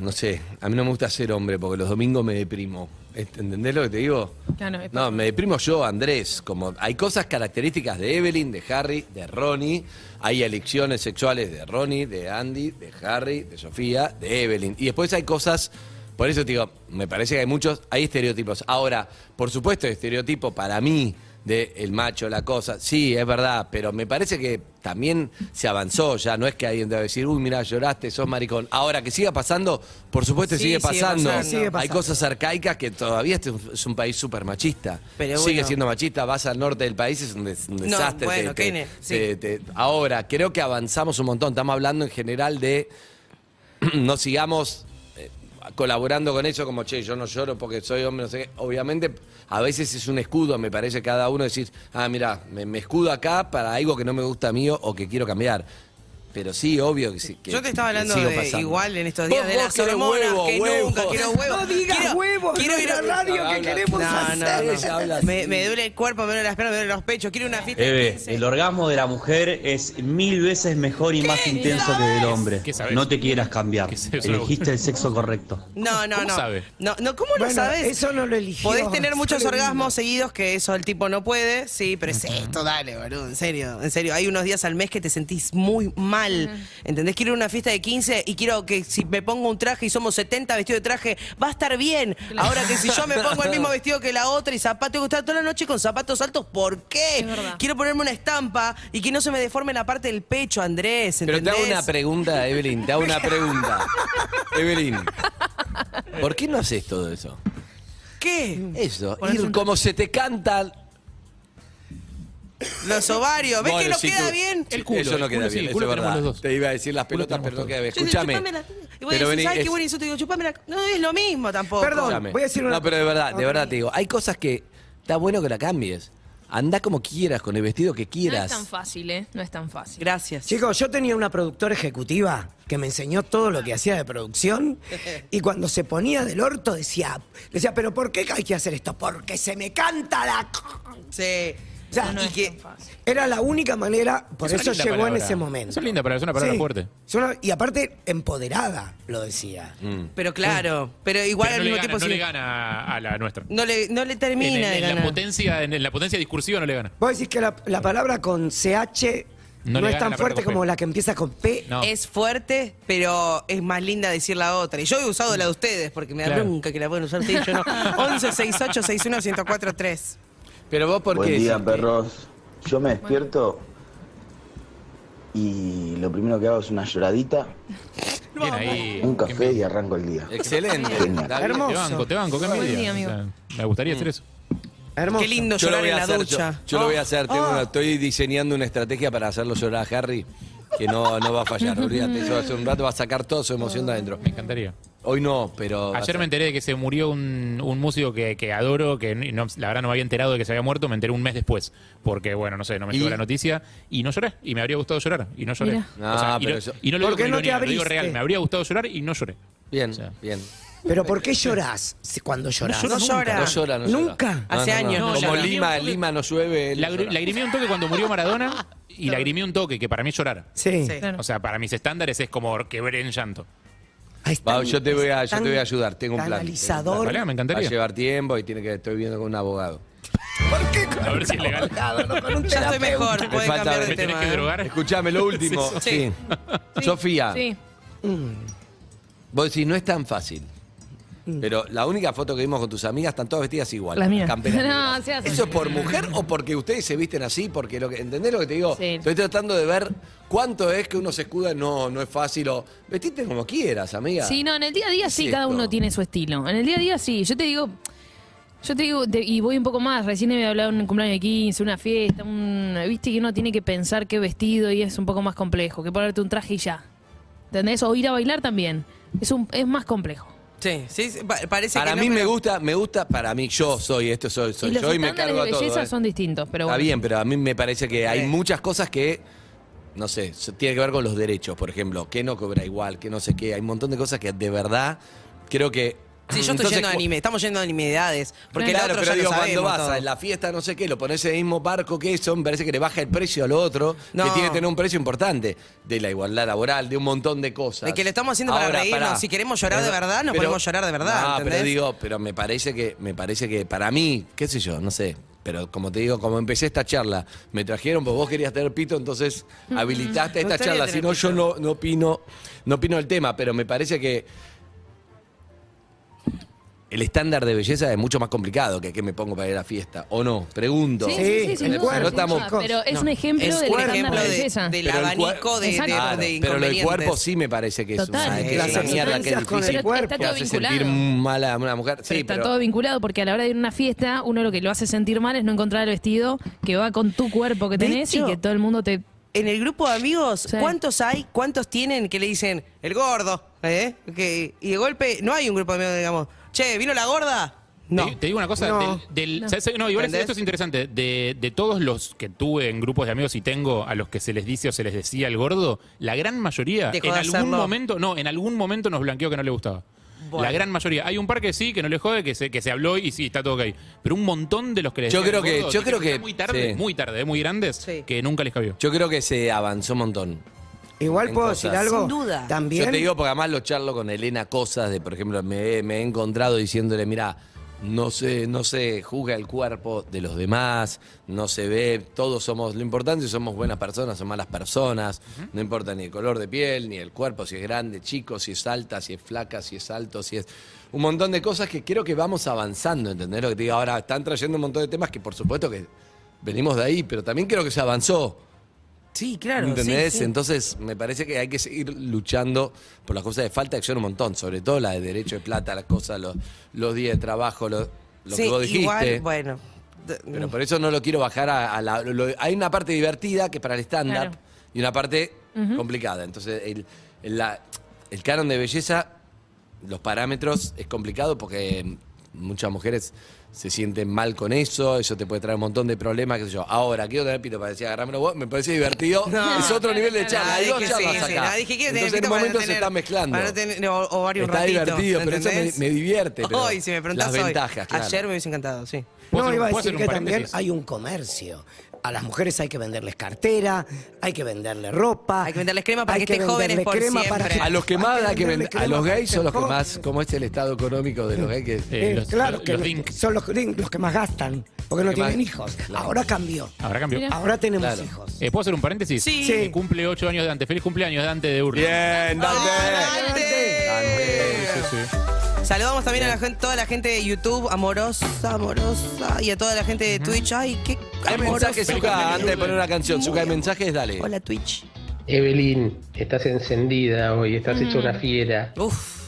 [SPEAKER 5] no sé, a mí no me gusta ser hombre porque los domingos me deprimo. Ent- ¿Entendés lo que te digo?
[SPEAKER 9] Claro, es
[SPEAKER 5] no, me deprimo yo, Andrés. Como hay cosas características de Evelyn, de Harry, de Ronnie. Hay elecciones sexuales de Ronnie, de Andy, de Harry, de Sofía, de Evelyn. Y después hay cosas. Por eso te digo, me parece que hay muchos, hay estereotipos. Ahora, por supuesto, el estereotipo para mí de el macho, la cosa, sí, es verdad, pero me parece que también se avanzó ya, no es que alguien debe decir, uy, mira, lloraste, sos maricón. Ahora, que siga pasando, por supuesto,
[SPEAKER 7] Sí,
[SPEAKER 5] sigue,
[SPEAKER 7] sigue
[SPEAKER 5] pasando.
[SPEAKER 7] pasando. Sigue
[SPEAKER 5] Hay
[SPEAKER 8] pasando.
[SPEAKER 5] cosas arcaicas que todavía este es un- es un país súper machista.
[SPEAKER 7] Pero
[SPEAKER 5] sigue
[SPEAKER 7] bueno.
[SPEAKER 5] siendo machista, vas al norte del país, es un, des- un
[SPEAKER 7] No,
[SPEAKER 5] desastre.
[SPEAKER 7] bueno,
[SPEAKER 5] te- te-
[SPEAKER 7] Kene, sí.
[SPEAKER 5] te- te- ahora, creo que avanzamos un montón, estamos hablando en general de no sigamos eh, colaborando con eso como, che, yo no lloro porque soy hombre, no sé qué. Obviamente, a veces es un escudo, me parece, cada uno decir, ah, mira, me, me escudo acá para algo que no me gusta mío o que quiero cambiar. Pero sí, obvio que sí. que-
[SPEAKER 7] Yo te estaba
[SPEAKER 5] que
[SPEAKER 7] hablando
[SPEAKER 5] sigo
[SPEAKER 7] de
[SPEAKER 5] pasando.
[SPEAKER 7] igual en estos
[SPEAKER 5] Vos-
[SPEAKER 7] días de
[SPEAKER 5] vos
[SPEAKER 7] las
[SPEAKER 5] querés
[SPEAKER 7] hormonas
[SPEAKER 5] huevo,
[SPEAKER 7] que
[SPEAKER 5] huevo.
[SPEAKER 7] nunca quiero huevos.
[SPEAKER 8] No digas
[SPEAKER 7] quiero,
[SPEAKER 8] huevos,
[SPEAKER 7] quiero
[SPEAKER 8] no
[SPEAKER 7] ir
[SPEAKER 8] es
[SPEAKER 7] a
[SPEAKER 8] la radio que
[SPEAKER 5] Habla-
[SPEAKER 8] queremos
[SPEAKER 7] No, no,
[SPEAKER 8] hacer.
[SPEAKER 5] Ella habla
[SPEAKER 7] no.
[SPEAKER 5] así.
[SPEAKER 7] Me, me duele el cuerpo, me duele las piernas, me duelen los pechos. Quiero una fiesta. de 15.
[SPEAKER 11] orgasmo de la mujer es mil veces mejor y más intenso que del hombre.
[SPEAKER 6] ¿Qué sabes? No te
[SPEAKER 11] quieras cambiar.
[SPEAKER 6] ¿Qué sabes? Elegiste
[SPEAKER 11] el sexo correcto.
[SPEAKER 7] No, no,
[SPEAKER 6] ¿Cómo
[SPEAKER 7] no.
[SPEAKER 6] sabe?
[SPEAKER 7] No, no, ¿cómo
[SPEAKER 8] Bueno,
[SPEAKER 7] lo sabes?
[SPEAKER 8] eso no lo eligió.
[SPEAKER 7] Podés tener muchos
[SPEAKER 8] Solo
[SPEAKER 7] orgasmos
[SPEAKER 8] vino.
[SPEAKER 7] seguidos, que eso el tipo no puede, sí, pero es esto, dale, boludo, en serio, en serio. Hay unos días al mes que te sentís muy mal. mal. ¿Entendés? Quiero ir a una fiesta de 15 y quiero que si me pongo un traje y somos 70 vestidos de traje, va a estar bien. Ahora que si yo me pongo el mismo vestido que la otra y zapatos, tengo que estar toda la noche con zapatos altos, ¿por qué? Quiero ponerme una estampa y que no se me deforme la parte del pecho, Andrés.
[SPEAKER 5] Pero te
[SPEAKER 7] ¿entendés?
[SPEAKER 5] hago una pregunta, Evelyn, te hago una pregunta. Evelyn, ¿por qué no haces todo eso?
[SPEAKER 7] ¿Qué?
[SPEAKER 5] Eso, ir como se te cantan
[SPEAKER 7] Los ovarios. ¿Ves que
[SPEAKER 5] Bueno,
[SPEAKER 7] no
[SPEAKER 5] sí,
[SPEAKER 7] queda
[SPEAKER 5] tú-
[SPEAKER 7] bien?
[SPEAKER 5] El culo, eso no
[SPEAKER 6] el
[SPEAKER 5] queda
[SPEAKER 6] culo sí,
[SPEAKER 5] bien,
[SPEAKER 6] el
[SPEAKER 5] eso
[SPEAKER 6] culo
[SPEAKER 5] es
[SPEAKER 6] tenemos
[SPEAKER 5] verdad.
[SPEAKER 6] los dos.
[SPEAKER 5] Te iba a decir las pelotas, pero no queda bien.
[SPEAKER 7] Yo digo,
[SPEAKER 5] Escúchame.
[SPEAKER 7] chupame la- Y voy a
[SPEAKER 5] Pero
[SPEAKER 7] decir,
[SPEAKER 5] vení,
[SPEAKER 7] ¿sabes qué
[SPEAKER 5] es-
[SPEAKER 7] buen insulto? Digo, chupame la... No es lo mismo tampoco.
[SPEAKER 5] Escúchame. No, pero de verdad, de verdad te digo, hay cosas que está bueno que la cambies. Anda como quieras, con el vestido que
[SPEAKER 9] No es
[SPEAKER 5] quieras.
[SPEAKER 9] tan fácil, ¿eh? No es tan fácil.
[SPEAKER 7] Gracias.
[SPEAKER 8] Chicos, yo tenía una productora ejecutiva que me enseñó todo lo que hacía de producción y cuando se ponía del orto decía, le decía, pero ¿por qué hay que hacer esto? Porque se me canta la... c-".
[SPEAKER 7] Sí.
[SPEAKER 8] O sea,
[SPEAKER 9] No, no
[SPEAKER 8] y
[SPEAKER 9] es
[SPEAKER 8] que
[SPEAKER 9] tan fácil.
[SPEAKER 8] era la única manera, por
[SPEAKER 6] Es una
[SPEAKER 8] eso
[SPEAKER 6] linda
[SPEAKER 8] llegó en
[SPEAKER 6] palabra.
[SPEAKER 8] ese momento.
[SPEAKER 6] Es una linda palabra, es una palabra
[SPEAKER 8] Sí.
[SPEAKER 6] fuerte.
[SPEAKER 8] Es una- y aparte, empoderada, lo decía.
[SPEAKER 6] Mm.
[SPEAKER 7] Pero claro, pero igual
[SPEAKER 6] Pero
[SPEAKER 7] al
[SPEAKER 6] no, le
[SPEAKER 7] mismo
[SPEAKER 6] gana,
[SPEAKER 7] tiempo...
[SPEAKER 6] no
[SPEAKER 7] sí-
[SPEAKER 6] le gana a la nuestra.
[SPEAKER 7] no le, no le
[SPEAKER 6] En,
[SPEAKER 7] termina
[SPEAKER 6] en-
[SPEAKER 7] de
[SPEAKER 6] en la
[SPEAKER 7] ganar.
[SPEAKER 6] potencia, en, en la potencia discursiva no le gana.
[SPEAKER 8] Vos decís que la, la palabra con CH
[SPEAKER 6] No
[SPEAKER 8] no,
[SPEAKER 6] le gana
[SPEAKER 8] es tan
[SPEAKER 6] la palabra
[SPEAKER 8] fuerte
[SPEAKER 6] con P.
[SPEAKER 8] como la que empieza con P.
[SPEAKER 6] No.
[SPEAKER 7] Es fuerte, pero es más linda decir la otra. Y yo he usado la de ustedes, porque me da
[SPEAKER 6] Claro.
[SPEAKER 7] bronca que la pueden usar ustedes, yo no. 11 68 61 1043.
[SPEAKER 5] Pero vos, ¿por qué?
[SPEAKER 12] Buen día,
[SPEAKER 5] decís que-
[SPEAKER 12] perros. Yo me despierto y lo primero que hago es una lloradita,
[SPEAKER 6] Bien ahí.
[SPEAKER 12] un café y arranco el día.
[SPEAKER 5] Excelente.
[SPEAKER 12] Genial.
[SPEAKER 5] Está bien.
[SPEAKER 6] Te banco, te banco, qué
[SPEAKER 9] Buen
[SPEAKER 6] envidia.
[SPEAKER 9] día, amigo.
[SPEAKER 6] O sea, me gustaría hacer eso.
[SPEAKER 8] Hermoso.
[SPEAKER 7] Qué lindo
[SPEAKER 5] Yo lo
[SPEAKER 7] llorar
[SPEAKER 5] voy
[SPEAKER 7] en
[SPEAKER 5] a
[SPEAKER 7] la
[SPEAKER 5] hacer,
[SPEAKER 7] ducha. Ah.
[SPEAKER 5] Yo, yo lo voy a hacer. tengo una- estoy diseñando una estrategia para hacerlo llorar a Harry, que no, no va a fallar. Olvídate, eso hace un rato va a sacar toda su emoción de adentro.
[SPEAKER 6] Me encantaría.
[SPEAKER 5] Hoy no, pero. va a
[SPEAKER 6] Ayer
[SPEAKER 5] ser.
[SPEAKER 6] me enteré de que se murió un, un músico que, que adoro, que no- la verdad no me había enterado de que se había muerto, me enteré un mes después, porque bueno, no sé, no me
[SPEAKER 5] ¿Y?
[SPEAKER 6] llegó la noticia y no lloré, y me habría gustado llorar, y no lloré.
[SPEAKER 9] Mira.
[SPEAKER 5] Ah,
[SPEAKER 6] y,
[SPEAKER 5] pero
[SPEAKER 6] no,
[SPEAKER 5] eso-
[SPEAKER 6] y no lo digo
[SPEAKER 8] ¿Por qué
[SPEAKER 6] con
[SPEAKER 8] no te
[SPEAKER 6] ironía, lo digo
[SPEAKER 8] abriste?
[SPEAKER 6] real, me habría gustado llorar y no lloré.
[SPEAKER 5] Bien,
[SPEAKER 6] O sea.
[SPEAKER 5] bien.
[SPEAKER 8] Pero ¿por qué llorás si- cuando llorás?
[SPEAKER 7] lloro No nunca. llora.
[SPEAKER 5] No llora, no
[SPEAKER 8] ¿Nunca?
[SPEAKER 5] llora.
[SPEAKER 7] Ah, Hace
[SPEAKER 5] No, no, no.
[SPEAKER 7] años no
[SPEAKER 5] Como
[SPEAKER 7] llora.
[SPEAKER 5] Lima, Lima no llueve. él no
[SPEAKER 6] Lagri-
[SPEAKER 5] llora.
[SPEAKER 6] lagrimeé un toque cuando murió Maradona y lagrimeé un toque, que para mí es llorar.
[SPEAKER 8] Sí.
[SPEAKER 7] Sí.
[SPEAKER 6] O sea, para mis estándares es como quebré en llanto.
[SPEAKER 8] Ahí está.
[SPEAKER 5] Va, yo te voy a, yo
[SPEAKER 8] Tan-
[SPEAKER 5] te voy a ayudar, tengo un
[SPEAKER 8] tan
[SPEAKER 5] plan.
[SPEAKER 8] analizador.
[SPEAKER 5] Tengo un plan.
[SPEAKER 6] Vale, me encantaría.
[SPEAKER 5] Va a llevar tiempo y tiene que estoy viendo con un abogado.
[SPEAKER 8] ¿Por qué con
[SPEAKER 6] A ver si es legal.
[SPEAKER 8] no con un
[SPEAKER 7] Ya estoy
[SPEAKER 8] terapeuta?
[SPEAKER 7] mejor, puede
[SPEAKER 5] falta-
[SPEAKER 7] cambiar de
[SPEAKER 6] ¿Me tenés
[SPEAKER 7] tema.
[SPEAKER 6] que
[SPEAKER 7] ¿eh?
[SPEAKER 6] drogar?
[SPEAKER 5] Escuchame lo último. sí. Sofía,
[SPEAKER 9] Sí.
[SPEAKER 5] vos decís, no es tan fácil. Pero la única foto que vimos con tus amigas están todas vestidas igual.
[SPEAKER 9] Mm. Las mías.
[SPEAKER 5] camperas
[SPEAKER 9] No,
[SPEAKER 5] negras.
[SPEAKER 9] o sea, son-
[SPEAKER 5] ¿Eso es por mujer o porque ustedes se visten así? Porque lo que, ¿Entendés lo que te digo?
[SPEAKER 9] Sí.
[SPEAKER 5] Estoy tratando de ver cuánto es que uno se escuda. No, no es fácil. O, vestite como quieras, amiga.
[SPEAKER 9] Sí, no, en el día a
[SPEAKER 5] ¿Qué
[SPEAKER 9] día
[SPEAKER 5] es
[SPEAKER 9] sí, cada
[SPEAKER 5] esto?
[SPEAKER 9] uno tiene su estilo. En el día a día sí, yo te digo, yo te digo, te- y voy un poco más, recién había hablado de un cumpleaños de 15, una fiesta, un, viste que uno tiene que pensar qué vestido y es un poco más complejo que ponerte un traje y ya. ¿Entendés? O ir a bailar también. Es, un, es más complejo.
[SPEAKER 7] Sí, sí, sí, pa- parece
[SPEAKER 5] Para
[SPEAKER 7] que no,
[SPEAKER 5] mí me
[SPEAKER 7] pero-
[SPEAKER 5] gusta, me gusta, para mí, yo soy esto, soy, soy
[SPEAKER 9] y los
[SPEAKER 5] yo y me
[SPEAKER 9] estándares
[SPEAKER 5] cargo
[SPEAKER 9] de
[SPEAKER 5] a todo.
[SPEAKER 9] belleza
[SPEAKER 5] ¿eh?
[SPEAKER 9] son distintos, pero
[SPEAKER 5] Está
[SPEAKER 9] bueno.
[SPEAKER 5] bien, pero a mí me parece que hay
[SPEAKER 7] Sí.
[SPEAKER 5] muchas cosas que, no sé, se- tiene que ver con los derechos, por ejemplo, que no cobra igual, que no sé qué. Hay un montón de cosas que de verdad creo que.
[SPEAKER 7] Sí, yo estoy
[SPEAKER 5] Entonces,
[SPEAKER 7] yendo de
[SPEAKER 5] cu-
[SPEAKER 7] anime, estamos yendo de animedades. Porque el
[SPEAKER 5] claro,
[SPEAKER 7] otro
[SPEAKER 5] pero
[SPEAKER 7] ya
[SPEAKER 5] digo,
[SPEAKER 7] lo
[SPEAKER 5] cuando
[SPEAKER 7] sabemos
[SPEAKER 5] vas
[SPEAKER 7] todo.
[SPEAKER 5] a la fiesta, no sé qué, lo pones en el mismo barco que eso, me parece que le baja el precio al otro, que
[SPEAKER 7] No.
[SPEAKER 5] tiene que tener un precio importante, de la igualdad laboral, de un montón de cosas.
[SPEAKER 7] De que lo estamos haciendo para reírnos. Si queremos llorar de verdad, nos ponemos a llorar de verdad,
[SPEAKER 5] Ah, pero
[SPEAKER 7] ¿entendés?
[SPEAKER 5] digo, pero me parece que, me parece que para mí, qué sé yo, no sé. Pero como te digo, como empecé esta charla, me trajeron, pues vos querías tener pito, entonces habilitaste
[SPEAKER 7] Mm.
[SPEAKER 5] esta
[SPEAKER 7] Me gustaría
[SPEAKER 5] charla. Si
[SPEAKER 7] tener
[SPEAKER 5] no, yo
[SPEAKER 7] pito.
[SPEAKER 5] no, no opino, no opino el tema, pero me parece que el estándar de belleza es mucho más complicado que qué me pongo para ir a la fiesta. ¿O no? Pregunto.
[SPEAKER 9] Sí, sí,
[SPEAKER 8] Sí,
[SPEAKER 9] sí, sin
[SPEAKER 8] el
[SPEAKER 9] duda,
[SPEAKER 8] cuerpo.
[SPEAKER 9] sin duda,
[SPEAKER 5] No estamos-
[SPEAKER 9] pero es
[SPEAKER 7] No,
[SPEAKER 9] un ejemplo
[SPEAKER 7] es
[SPEAKER 9] del
[SPEAKER 7] un
[SPEAKER 9] estándar
[SPEAKER 7] ejemplo
[SPEAKER 9] de
[SPEAKER 7] de-
[SPEAKER 9] belleza.
[SPEAKER 7] del
[SPEAKER 5] Pero el
[SPEAKER 7] abanico de, de-
[SPEAKER 9] Exacto.
[SPEAKER 7] de
[SPEAKER 5] pero lo del
[SPEAKER 7] inconvenientes.
[SPEAKER 5] cuerpo sí me parece que es
[SPEAKER 9] Total.
[SPEAKER 5] una, que es
[SPEAKER 7] Sí,
[SPEAKER 5] una
[SPEAKER 7] sí,
[SPEAKER 5] mierda, que es
[SPEAKER 8] con el
[SPEAKER 5] difícil.
[SPEAKER 9] Pero
[SPEAKER 8] cuerpo.
[SPEAKER 9] está
[SPEAKER 5] Te
[SPEAKER 9] todo
[SPEAKER 5] hace
[SPEAKER 9] vinculado.
[SPEAKER 5] sentir mala a una mujer. Sí,
[SPEAKER 9] pero está
[SPEAKER 5] pero,
[SPEAKER 9] todo vinculado porque a la hora de ir a una fiesta, uno lo que lo hace sentir mal es no encontrar el vestido que va con tu cuerpo que
[SPEAKER 7] De
[SPEAKER 9] tenés
[SPEAKER 7] hecho,
[SPEAKER 9] y que todo el mundo te.
[SPEAKER 7] En el grupo de amigos,
[SPEAKER 9] Sí.
[SPEAKER 7] ¿cuántos hay? ¿Cuántos tienen que le dicen el gordo? ¿Eh? Que- y de golpe, no hay un grupo de amigos, que digamos, che, ¿vino la gorda? No.
[SPEAKER 6] Te, te digo una cosa,
[SPEAKER 7] No.
[SPEAKER 6] del- del- ¿sabes? no, igual
[SPEAKER 7] ¿Entendés?
[SPEAKER 6] esto es interesante. De, de todos los que tuve en grupos de amigos y tengo a los que se les dice o se les decía el gordo, la gran mayoría
[SPEAKER 7] Dejó
[SPEAKER 6] en
[SPEAKER 7] de
[SPEAKER 6] algún
[SPEAKER 7] hacerlo.
[SPEAKER 6] momento, no, en algún momento nos blanqueó que no le gustaba.
[SPEAKER 7] Bueno.
[SPEAKER 6] La gran mayoría. Hay un par que sí, que no le jode, que se, que se habló y sí, está todo ok. Pero un montón de los que les
[SPEAKER 5] Yo
[SPEAKER 6] decían
[SPEAKER 5] creo
[SPEAKER 6] el
[SPEAKER 5] que-
[SPEAKER 6] gordo,
[SPEAKER 5] yo
[SPEAKER 6] dicen
[SPEAKER 5] creo que-
[SPEAKER 6] está muy tarde,
[SPEAKER 5] sí.
[SPEAKER 6] muy tarde, eh, muy grandes,
[SPEAKER 7] Sí.
[SPEAKER 6] que nunca les cabió.
[SPEAKER 5] Yo creo que se avanzó un montón.
[SPEAKER 8] Igual
[SPEAKER 5] En
[SPEAKER 8] puedo
[SPEAKER 5] cosas.
[SPEAKER 8] decir algo.
[SPEAKER 7] Sin duda.
[SPEAKER 8] También.
[SPEAKER 5] Yo te digo porque además lo charlo con Elena Cosas, de por ejemplo, me, he- me he encontrado diciéndole, mira, No se, no se juzga el cuerpo de los demás, no se ve, todos somos, lo importante es que somos buenas personas o malas personas, no importa ni el color de piel, ni el cuerpo, si es grande, chico, si es alta, si es flaca, si es alto, si es un montón de cosas que creo que vamos avanzando, ¿entendés? Lo que te digo, ahora están trayendo un montón de temas que por supuesto que venimos de ahí, pero también creo que se avanzó.
[SPEAKER 13] Sí, claro.
[SPEAKER 5] ¿Entendés?
[SPEAKER 13] sí, sí.
[SPEAKER 5] Entonces, me parece que hay que seguir luchando por las cosas de falta de acción un montón, sobre todo la de derecho de plata, las cosas, los, los días de trabajo, lo, lo
[SPEAKER 7] Sí,
[SPEAKER 5] que vos dijiste.
[SPEAKER 7] igual, bueno. d-
[SPEAKER 5] Pero por eso no lo quiero bajar a, a la. lo- hay una parte divertida que es para el stand-up
[SPEAKER 7] Claro.
[SPEAKER 5] y una parte
[SPEAKER 7] Ujú.
[SPEAKER 5] complicada. Entonces, el, el- la- el canon de belleza, los parámetros, es complicado porque muchas mujeres se sienten mal con eso, eso te puede traer un montón de problemas, qué sé yo. Ahora, quiero tener pito para decir, agarrámelo vos, me parece divertido.
[SPEAKER 7] No.
[SPEAKER 5] es otro nivel de charla.
[SPEAKER 7] Nada,
[SPEAKER 5] Hay dos
[SPEAKER 7] dije,
[SPEAKER 5] charlas
[SPEAKER 7] Mm. sí, sí,
[SPEAKER 5] acá.
[SPEAKER 7] nada, dije, ¿quiere tener
[SPEAKER 5] Entonces, en
[SPEAKER 7] pito
[SPEAKER 5] un
[SPEAKER 7] para
[SPEAKER 5] momento se
[SPEAKER 7] tener-
[SPEAKER 5] está mezclando.
[SPEAKER 7] para tener o- ovario un
[SPEAKER 5] está
[SPEAKER 7] ratito,
[SPEAKER 5] divertido, pero eso me,
[SPEAKER 7] ¿entendés?
[SPEAKER 5] me divierte. pero
[SPEAKER 7] Hoy, si me preguntás
[SPEAKER 5] Las
[SPEAKER 7] hoy.
[SPEAKER 5] ventajas, claro.
[SPEAKER 7] Ayer me hubiese encantado, sí.
[SPEAKER 5] ¿Puedo
[SPEAKER 8] No,
[SPEAKER 5] hacer-
[SPEAKER 8] iba a
[SPEAKER 5] puedo hacer
[SPEAKER 8] decir
[SPEAKER 5] un
[SPEAKER 8] que también
[SPEAKER 5] paréntesis?
[SPEAKER 8] hay un comercio. A las mujeres hay que venderles cartera, hay que venderle ropa. Hay que venderles crema
[SPEAKER 7] para que estén jóvenes por siempre.
[SPEAKER 5] A los que más da que vender, a
[SPEAKER 8] crema
[SPEAKER 5] los
[SPEAKER 8] para
[SPEAKER 5] gays
[SPEAKER 8] que
[SPEAKER 5] son los que
[SPEAKER 8] estén
[SPEAKER 5] más, como es el estado económico de los gays que
[SPEAKER 8] Eh, claro, que los- son los, drink, los que más gastan, porque no
[SPEAKER 5] que más-
[SPEAKER 8] tienen hijos.
[SPEAKER 5] Claro.
[SPEAKER 8] Ahora cambió.
[SPEAKER 6] Ahora cambió. Mira.
[SPEAKER 8] Ahora tenemos
[SPEAKER 6] Claro.
[SPEAKER 8] hijos.
[SPEAKER 6] Eh, ¿Puedo hacer un paréntesis?
[SPEAKER 8] Sí.
[SPEAKER 6] Que cumple ocho años Dante. Feliz cumpleaños, Dante de Urla.
[SPEAKER 5] Bien, Dante.
[SPEAKER 7] Saludamos también a la gente, toda la gente de YouTube, amorosa, amorosa, y a toda la gente de Twitch. Ay, qué
[SPEAKER 5] Hay mensajes, Zuka, antes de poner una canción. Zuka, hay mensajes, dale.
[SPEAKER 7] Hola, Twitch.
[SPEAKER 14] Evelyn, estás encendida hoy, estás hecha
[SPEAKER 7] Mm.
[SPEAKER 14] una fiera.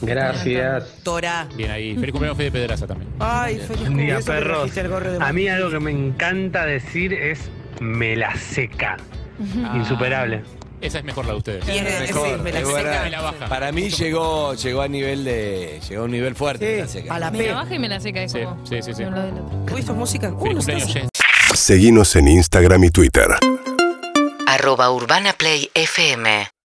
[SPEAKER 14] Gracias.
[SPEAKER 7] Tora.
[SPEAKER 6] Bien ahí. Feliz cumpleaños Fede Pedraza también.
[SPEAKER 7] Ay, feliz
[SPEAKER 14] Buen día,
[SPEAKER 7] cumpleaños.
[SPEAKER 14] perros. A mí algo que me encanta decir es me la seca.
[SPEAKER 6] Ah.
[SPEAKER 14] Insuperable.
[SPEAKER 6] Esa es mejor la de ustedes.
[SPEAKER 7] Y es- es-
[SPEAKER 5] Mejor,
[SPEAKER 7] sí, me la
[SPEAKER 5] es
[SPEAKER 7] seca,
[SPEAKER 5] buena.
[SPEAKER 7] me la baja.
[SPEAKER 5] Para mí llegó, llegó a nivel de. Llegó a un nivel fuerte. me la seca.
[SPEAKER 9] Me la baja y me la seca. Es como,
[SPEAKER 6] Sí, sí, sí.
[SPEAKER 9] no lo del otro.
[SPEAKER 7] Uy, esto es música. Uy, Uh, no estás-
[SPEAKER 15] Seguimos en Instagram y Twitter.
[SPEAKER 16] Arroba Urbana Play FM